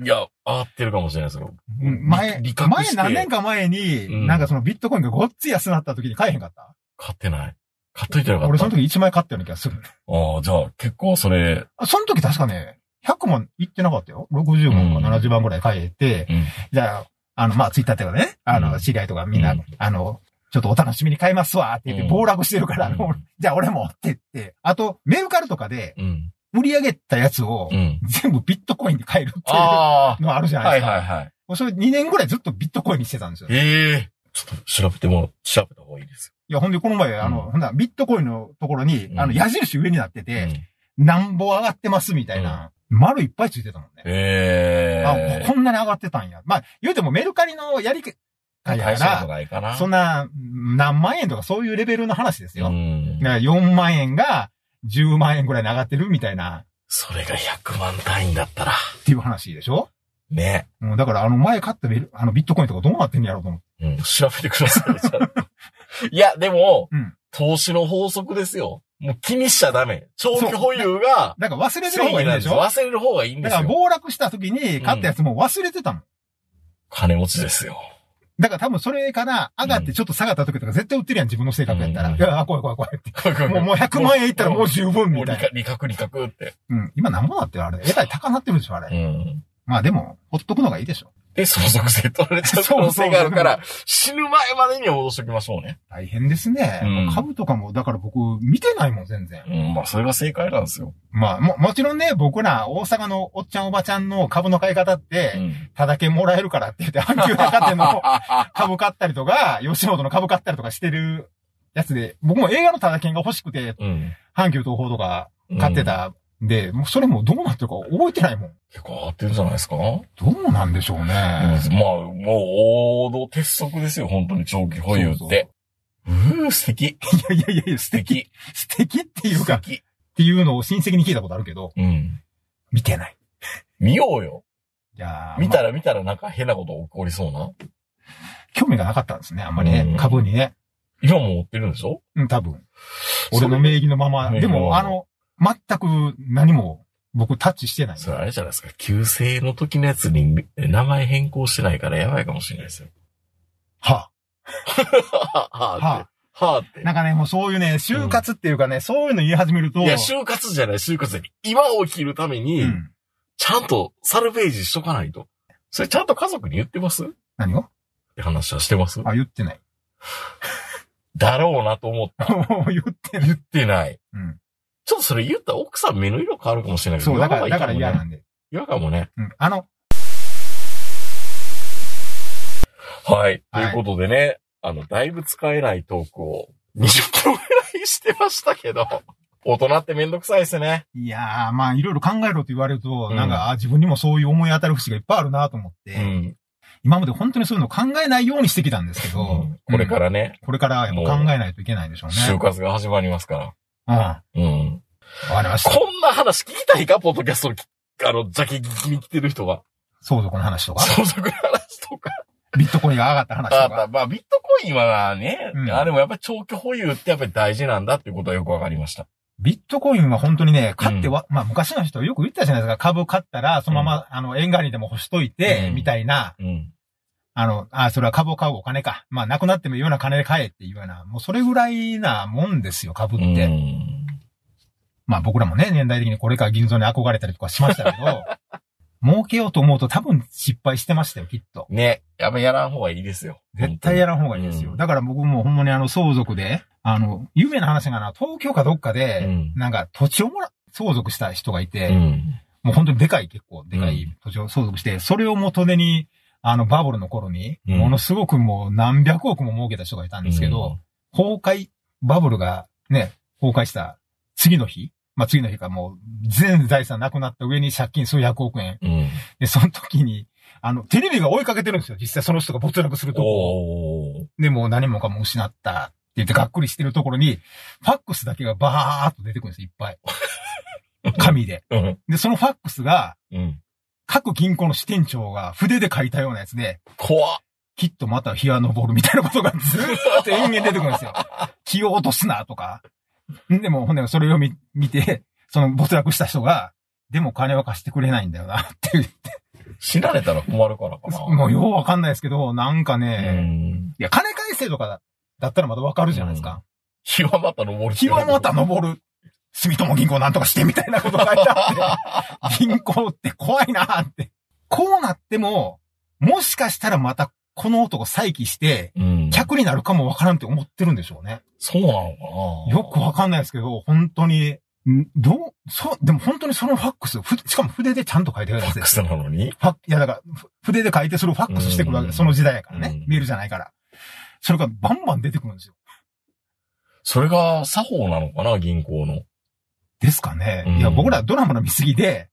Speaker 2: ん。いや、合ってるかもしれないですけど。
Speaker 3: うん前、
Speaker 2: 理覚し
Speaker 3: 前
Speaker 2: て
Speaker 3: 何年か前に、
Speaker 2: うん
Speaker 3: なんかそのビットコインがごっつい安なった時に買えへんかった
Speaker 2: 買ってない。買っといてよかった。
Speaker 3: 俺その時1枚買ったような気がする。
Speaker 2: ああ、じゃあ、結構それ、
Speaker 3: あその時確かね、100万いってなかったよ。60万か70万ぐらい買えて、
Speaker 2: うん。
Speaker 3: じゃあ、あの、まあ、ツイッターとかでね、あ
Speaker 2: うん
Speaker 3: の、知り合いとかみんな、
Speaker 2: うん
Speaker 3: あの、ちょっとお楽しみに買いますわって言って、
Speaker 2: うん
Speaker 3: 暴落してるから、
Speaker 2: うん
Speaker 3: もうじゃあ俺もって言って、あと、メルカリとかで
Speaker 2: うん。
Speaker 3: 売り上げたやつを
Speaker 2: う、ん。
Speaker 3: 全部ビットコインで買えるっていう
Speaker 2: あ
Speaker 3: のあるじゃ
Speaker 2: あ。
Speaker 3: ない
Speaker 2: は
Speaker 3: で
Speaker 2: い
Speaker 3: すか。
Speaker 2: はいはい。
Speaker 3: もうそれ2年ぐらいずっとビットコインにしてたんですよ。い
Speaker 2: ええちょっと調べても、調べた方がいいです
Speaker 3: や、ほんでこの前、あ
Speaker 2: う
Speaker 3: の
Speaker 2: ん、
Speaker 3: ほんならビットコインのところに
Speaker 2: う、ん
Speaker 3: あの、矢印上になって
Speaker 2: よ。うん
Speaker 3: て、なんぼ上がってますみたいな、丸いっぱいついてたもんね。
Speaker 2: ええ
Speaker 3: あ、こんなに上がってたんや。まあ、言うてもメルカリのやり方や
Speaker 2: 大したこと
Speaker 3: か、
Speaker 2: ないからな。
Speaker 3: そんな、何万円とかそういうレベルの話ですよ。
Speaker 2: うん
Speaker 3: だから4万円が10万円ぐらいに上がってるみたいな、
Speaker 2: それが100万単位だったら、
Speaker 3: っていう話でしょ
Speaker 2: ね。
Speaker 3: うん、だからあの前買ったビルあのビットコインとかどうなってんやろうと思って。
Speaker 2: うん。調べてください。ちゃんと [laughs] いや、でも、
Speaker 3: うん
Speaker 2: 投資の法則ですよ。もう気にしちゃダメ。長期保有が、
Speaker 3: だから忘れてる
Speaker 2: 正
Speaker 3: 方が
Speaker 2: 義なん
Speaker 3: いいで
Speaker 2: で
Speaker 3: し
Speaker 2: す
Speaker 3: ょ
Speaker 2: よ。忘れる方がいいんで
Speaker 3: だ
Speaker 2: す
Speaker 3: から
Speaker 2: よ。
Speaker 3: 暴落した時に買ったやつも忘れてたもん。
Speaker 2: 金持ちですよ。
Speaker 3: だから多分それから上がってちょっと下がった時とか絶対売ってるやん、自分の性格やったら。
Speaker 2: うん
Speaker 3: いや、怖い怖い怖いって。 [laughs] もうもう100万円いったらもう十分
Speaker 2: もう理
Speaker 3: みたいな
Speaker 2: 覚、。理覚、理覚って。
Speaker 3: うん。今何もなってるあれ。えらい高なってるでしょ、あれ。
Speaker 2: うん。
Speaker 3: まあでも、ほっとくのがいいでしょ。
Speaker 2: で、相続税取られちゃう可能性があるから、死ぬ前までには戻しときましょうね。
Speaker 3: 大変ですね。
Speaker 2: うん
Speaker 3: 株とかも、だから僕、見てないもん、全然。
Speaker 2: うん、まあ、それが正解なんですよ。
Speaker 3: まあ、も、もちろんね、僕ら、大阪のおっちゃんおばちゃんの株の買い方って、
Speaker 2: うん。
Speaker 3: ただけもらえるからって言って、阪急百貨
Speaker 2: [laughs]
Speaker 3: 店の株買ったりとか、吉本の株買ったりとかしてるやつで、僕も映画のただけが欲しくて、
Speaker 2: うん。
Speaker 3: 阪急東宝とか買ってたんで、もうそれもどうなってるか覚えてないもん。
Speaker 2: 結構合ってるんじゃないですか、
Speaker 3: どうなんでしょうね。
Speaker 2: まあ、もう王道鉄則ですよ、本当に長期保有って。うー、 [laughs] 素敵。
Speaker 3: いやいやいや、素
Speaker 2: 素敵
Speaker 3: 敵。。素敵っていう
Speaker 2: 素
Speaker 3: か、っ
Speaker 2: 敵。
Speaker 3: ていうのを親戚に聞いたことあるけど、
Speaker 2: うん。
Speaker 3: 見てない。
Speaker 2: 見ようよ。
Speaker 3: いやー
Speaker 2: 見た
Speaker 3: ま
Speaker 2: ら見たらなんか変なこと起こりそうな。
Speaker 3: あ興味がなかったんですね、あんまり
Speaker 2: うん
Speaker 3: ね。株にね。
Speaker 2: 今も追ってるんでしょ
Speaker 3: うん、多分。俺の名義のまま。
Speaker 2: 名義
Speaker 3: で
Speaker 2: のま
Speaker 3: も、
Speaker 2: ま
Speaker 3: あの、全く何も僕タッチしてない。
Speaker 2: それあれじゃないですか。旧姓の時のやつに名前変更してないからやばいかもしれないですよ。
Speaker 3: は
Speaker 2: [laughs] はあ、
Speaker 3: あ、
Speaker 2: は
Speaker 3: は
Speaker 2: あ、はあって
Speaker 3: あ。。なんかね、もうそういうね、就活っていうかね、そういうの言い始めると、
Speaker 2: いや、就活じゃない、就活じゃない。今を生きるため
Speaker 3: う
Speaker 2: に、
Speaker 3: ん。
Speaker 2: ちゃんとサルベージしとかないと。それちゃんと家族に言ってますっ
Speaker 3: 何を
Speaker 2: て話はしてます
Speaker 3: あ、言って
Speaker 2: [laughs]
Speaker 3: ない。
Speaker 2: だろうなと
Speaker 3: [laughs]
Speaker 2: 思った。
Speaker 3: もう言ってない。
Speaker 2: 言ってない。
Speaker 3: うん。
Speaker 2: ちょっとそれ言ったら奥さん目の色変わるかもしれないけど。
Speaker 3: そう、だから、
Speaker 2: 言
Speaker 3: だ
Speaker 2: わ
Speaker 3: か
Speaker 2: な
Speaker 3: ら
Speaker 2: いかもね
Speaker 3: 嫌なんで。
Speaker 2: 嫌かもね。
Speaker 3: うん。あの、
Speaker 2: はい。と
Speaker 3: はい
Speaker 2: いうことでね、あの、だいぶ使えないトークを20分ぐらいしてましたけど、 [laughs] 大人ってめんどくさいですね。
Speaker 3: いやー、まあ、いろいろ考えろと言われると、
Speaker 2: うん
Speaker 3: なんか、あ自分にもそういう思い当たる節がいっぱいあるなと思って、
Speaker 2: うん。
Speaker 3: 今まで本当にそういうの考えないようにしてきたんですけど、
Speaker 2: うんこれか
Speaker 3: うん
Speaker 2: らね、
Speaker 3: これからやっぱ考えないといけないでしょうね。
Speaker 2: 就活が始まりますか
Speaker 3: うん。わ
Speaker 2: ら。うん。
Speaker 3: かりました。
Speaker 2: こんな話聞きたいかポッドキャストをきあの、ジャケ聞きに来てる人が。
Speaker 3: 相続の話とか、
Speaker 2: 相続の話とか。
Speaker 3: ビットコインが上がった話
Speaker 2: あ
Speaker 3: と
Speaker 2: まあ
Speaker 3: か。
Speaker 2: まあ、ビットコインはね、
Speaker 3: うん
Speaker 2: あれもやっぱり長期保有ってやっぱり大事なんだっていうことはよくわかりました。
Speaker 3: ビットコインは本当にね、買っては、まあ昔の人はよく言ってたじゃないですか、株買ったら、そのまま、あの、縁側にでも干しといて、
Speaker 2: うん
Speaker 3: みたいな、
Speaker 2: うん。
Speaker 3: あの、あ、それは株を買うお金か。まあなくなってもいいような金で買えっていうような、もうそれぐらいなもんですよ、株って。
Speaker 2: うん
Speaker 3: まあ僕らもね、年代的にこれから銀座に憧れたりとかしました
Speaker 2: [laughs]
Speaker 3: けど、儲けようと思うと多分失敗してましたよ、きっと。
Speaker 2: ね、やっぱやらん方がいいですよ。
Speaker 3: 絶対や
Speaker 2: ら
Speaker 3: らん方がいいですよ。
Speaker 2: うん
Speaker 3: だから僕もほんまにあの相続で、あの、有名な話がな、東京かどっか
Speaker 2: う
Speaker 3: で、
Speaker 2: ん。
Speaker 3: なんか土地をもら、相続した人がいて、
Speaker 2: うん。
Speaker 3: もう本当にでかい結構、でか
Speaker 2: う
Speaker 3: い土地を相続して、それを元手に、あのバブルの頃に、
Speaker 2: うん
Speaker 3: ものすごくもう何百億も儲けた人がいたんですけど、崩壊、バブルがね、崩壊した次の日、まあ次の日かもう全財産なくなった上に借金数百億円。
Speaker 2: うん。うん。
Speaker 3: で、その時に、あの、テレビが追いかけてるんですよ。実際その人が没落するとこ。
Speaker 2: おー。
Speaker 3: で、もう何もかも失ったって言ってがっくりしてるところに、ファックスだけがバーっと出てくるんですよ、いっ
Speaker 2: [laughs]
Speaker 3: ぱい。紙で。
Speaker 2: うん。
Speaker 3: で、そのファックスが、
Speaker 2: うん。
Speaker 3: 各銀行の支店長が筆で書いたようなやつで、
Speaker 2: 怖っ。
Speaker 3: きっとまた日は昇るみたいなことがずーっと延々出てくる
Speaker 2: [laughs]
Speaker 3: んですよ。気を落とすなとか。でも、ほんで、それを見見て、その没落した人が、でも金は貸してくれないんだよなって言って、
Speaker 2: 死なれたら困るからかな。
Speaker 3: もうようわかんないですけど、なんか
Speaker 2: う
Speaker 3: ね、
Speaker 2: ん。
Speaker 3: いや、金返せとかだだったらまだわかるじゃないですか。
Speaker 2: 日はまた登る。
Speaker 3: 日はまた昇る。住友銀行なんとかしてみたいなこと書いて
Speaker 2: [laughs]
Speaker 3: あって、銀行って怖いなって。こうなっても、もしかしたらまたこの男再起して、
Speaker 2: [laughs] うん。
Speaker 3: [laughs] 客になるかもわからんって思ってるんでしょうね。
Speaker 2: そうなのかな
Speaker 3: よくわかんないですけど、本当に、んどう、そう、でも本当にそのファックス、ふしかも筆でちゃんと書いてある
Speaker 2: フ
Speaker 3: や
Speaker 2: ァッ
Speaker 3: つで
Speaker 2: ク
Speaker 3: す。
Speaker 2: スなのに
Speaker 3: ファいやだから、ふ筆で書いてそれをファックスしてくるわ
Speaker 2: うん
Speaker 3: けです。その時代やからね。
Speaker 2: うん
Speaker 3: メールじゃないから。それがバンバン出てくるんですよ。
Speaker 2: それが作法なのかな銀行の。
Speaker 3: ですかね。
Speaker 2: うん
Speaker 3: いや、僕らドラマの見過ぎで、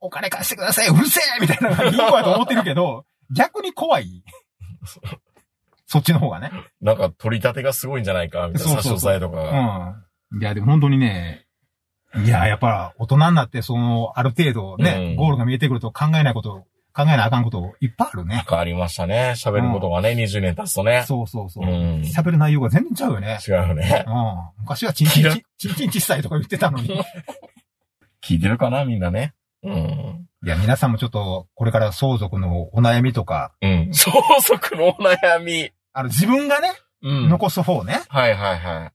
Speaker 3: お金貸してください、うるせえみたい
Speaker 2: [laughs]
Speaker 3: なのが銀行やと思ってるけど、逆に怖い。そっちの方がね。
Speaker 2: なんか取り立てがすごいんじゃないかみたいな
Speaker 3: そ
Speaker 2: 差
Speaker 3: うそ
Speaker 2: し
Speaker 3: う
Speaker 2: 押
Speaker 3: そう
Speaker 2: さえとかが。
Speaker 3: うん。いや、でも本当にね、いや、やっぱ大人になって、その、ある程度ね、
Speaker 2: うん
Speaker 3: ゴールが見えてくると考えないこと、考えなあかんこといっぱいあるね。
Speaker 2: 変わりましたね。喋ることがね、20年経つとね。
Speaker 3: そうそうそう。
Speaker 2: うん
Speaker 3: 喋、る内容が全然ちゃうよね。
Speaker 2: 違うよね
Speaker 3: う。ん。昔はチンチン
Speaker 2: 嫌
Speaker 3: ち、チンチン小さいとか言ってたのに。い
Speaker 2: 聞いてるかなみんなね。うん。
Speaker 3: や、皆さんもちょっと、これから相続のお悩みとか、
Speaker 2: うん。相続のお悩み。
Speaker 3: あの、自分がね、
Speaker 2: うん。はい
Speaker 3: 残す方ね。
Speaker 2: はいはい。
Speaker 3: あ、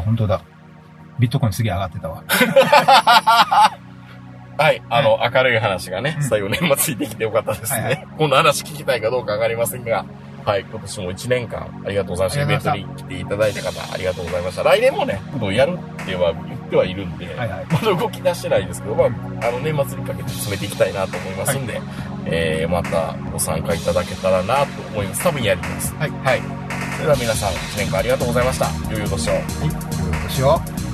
Speaker 3: 本当だ。ビットコインすげえ上がってたわ。
Speaker 2: はい、あの、明るい話がね
Speaker 3: う、ん
Speaker 2: 最後年末ついてきてよかったです
Speaker 3: はいは
Speaker 2: ね。こんな話聞きたいかどうかわかりませんが、はい、今年も1年間ありがとうございました。
Speaker 3: あ
Speaker 2: イ
Speaker 3: り
Speaker 2: ベ
Speaker 3: が
Speaker 2: ント
Speaker 3: とうござい
Speaker 2: に来ていただいた方、ありがとうございました。来年もね、今度やるっては言ってはいるんで、
Speaker 3: はいはい。
Speaker 2: まだ動き出してないですけど、まあ、あの、年末にかけて進めていきたいなと思いますんで、えー、またご参加いただけたらなと思います。多分やります。
Speaker 3: はい。
Speaker 2: はい。それでは皆さん、1年間ありがとうございました。良いお年を。
Speaker 3: はい。どうしよう。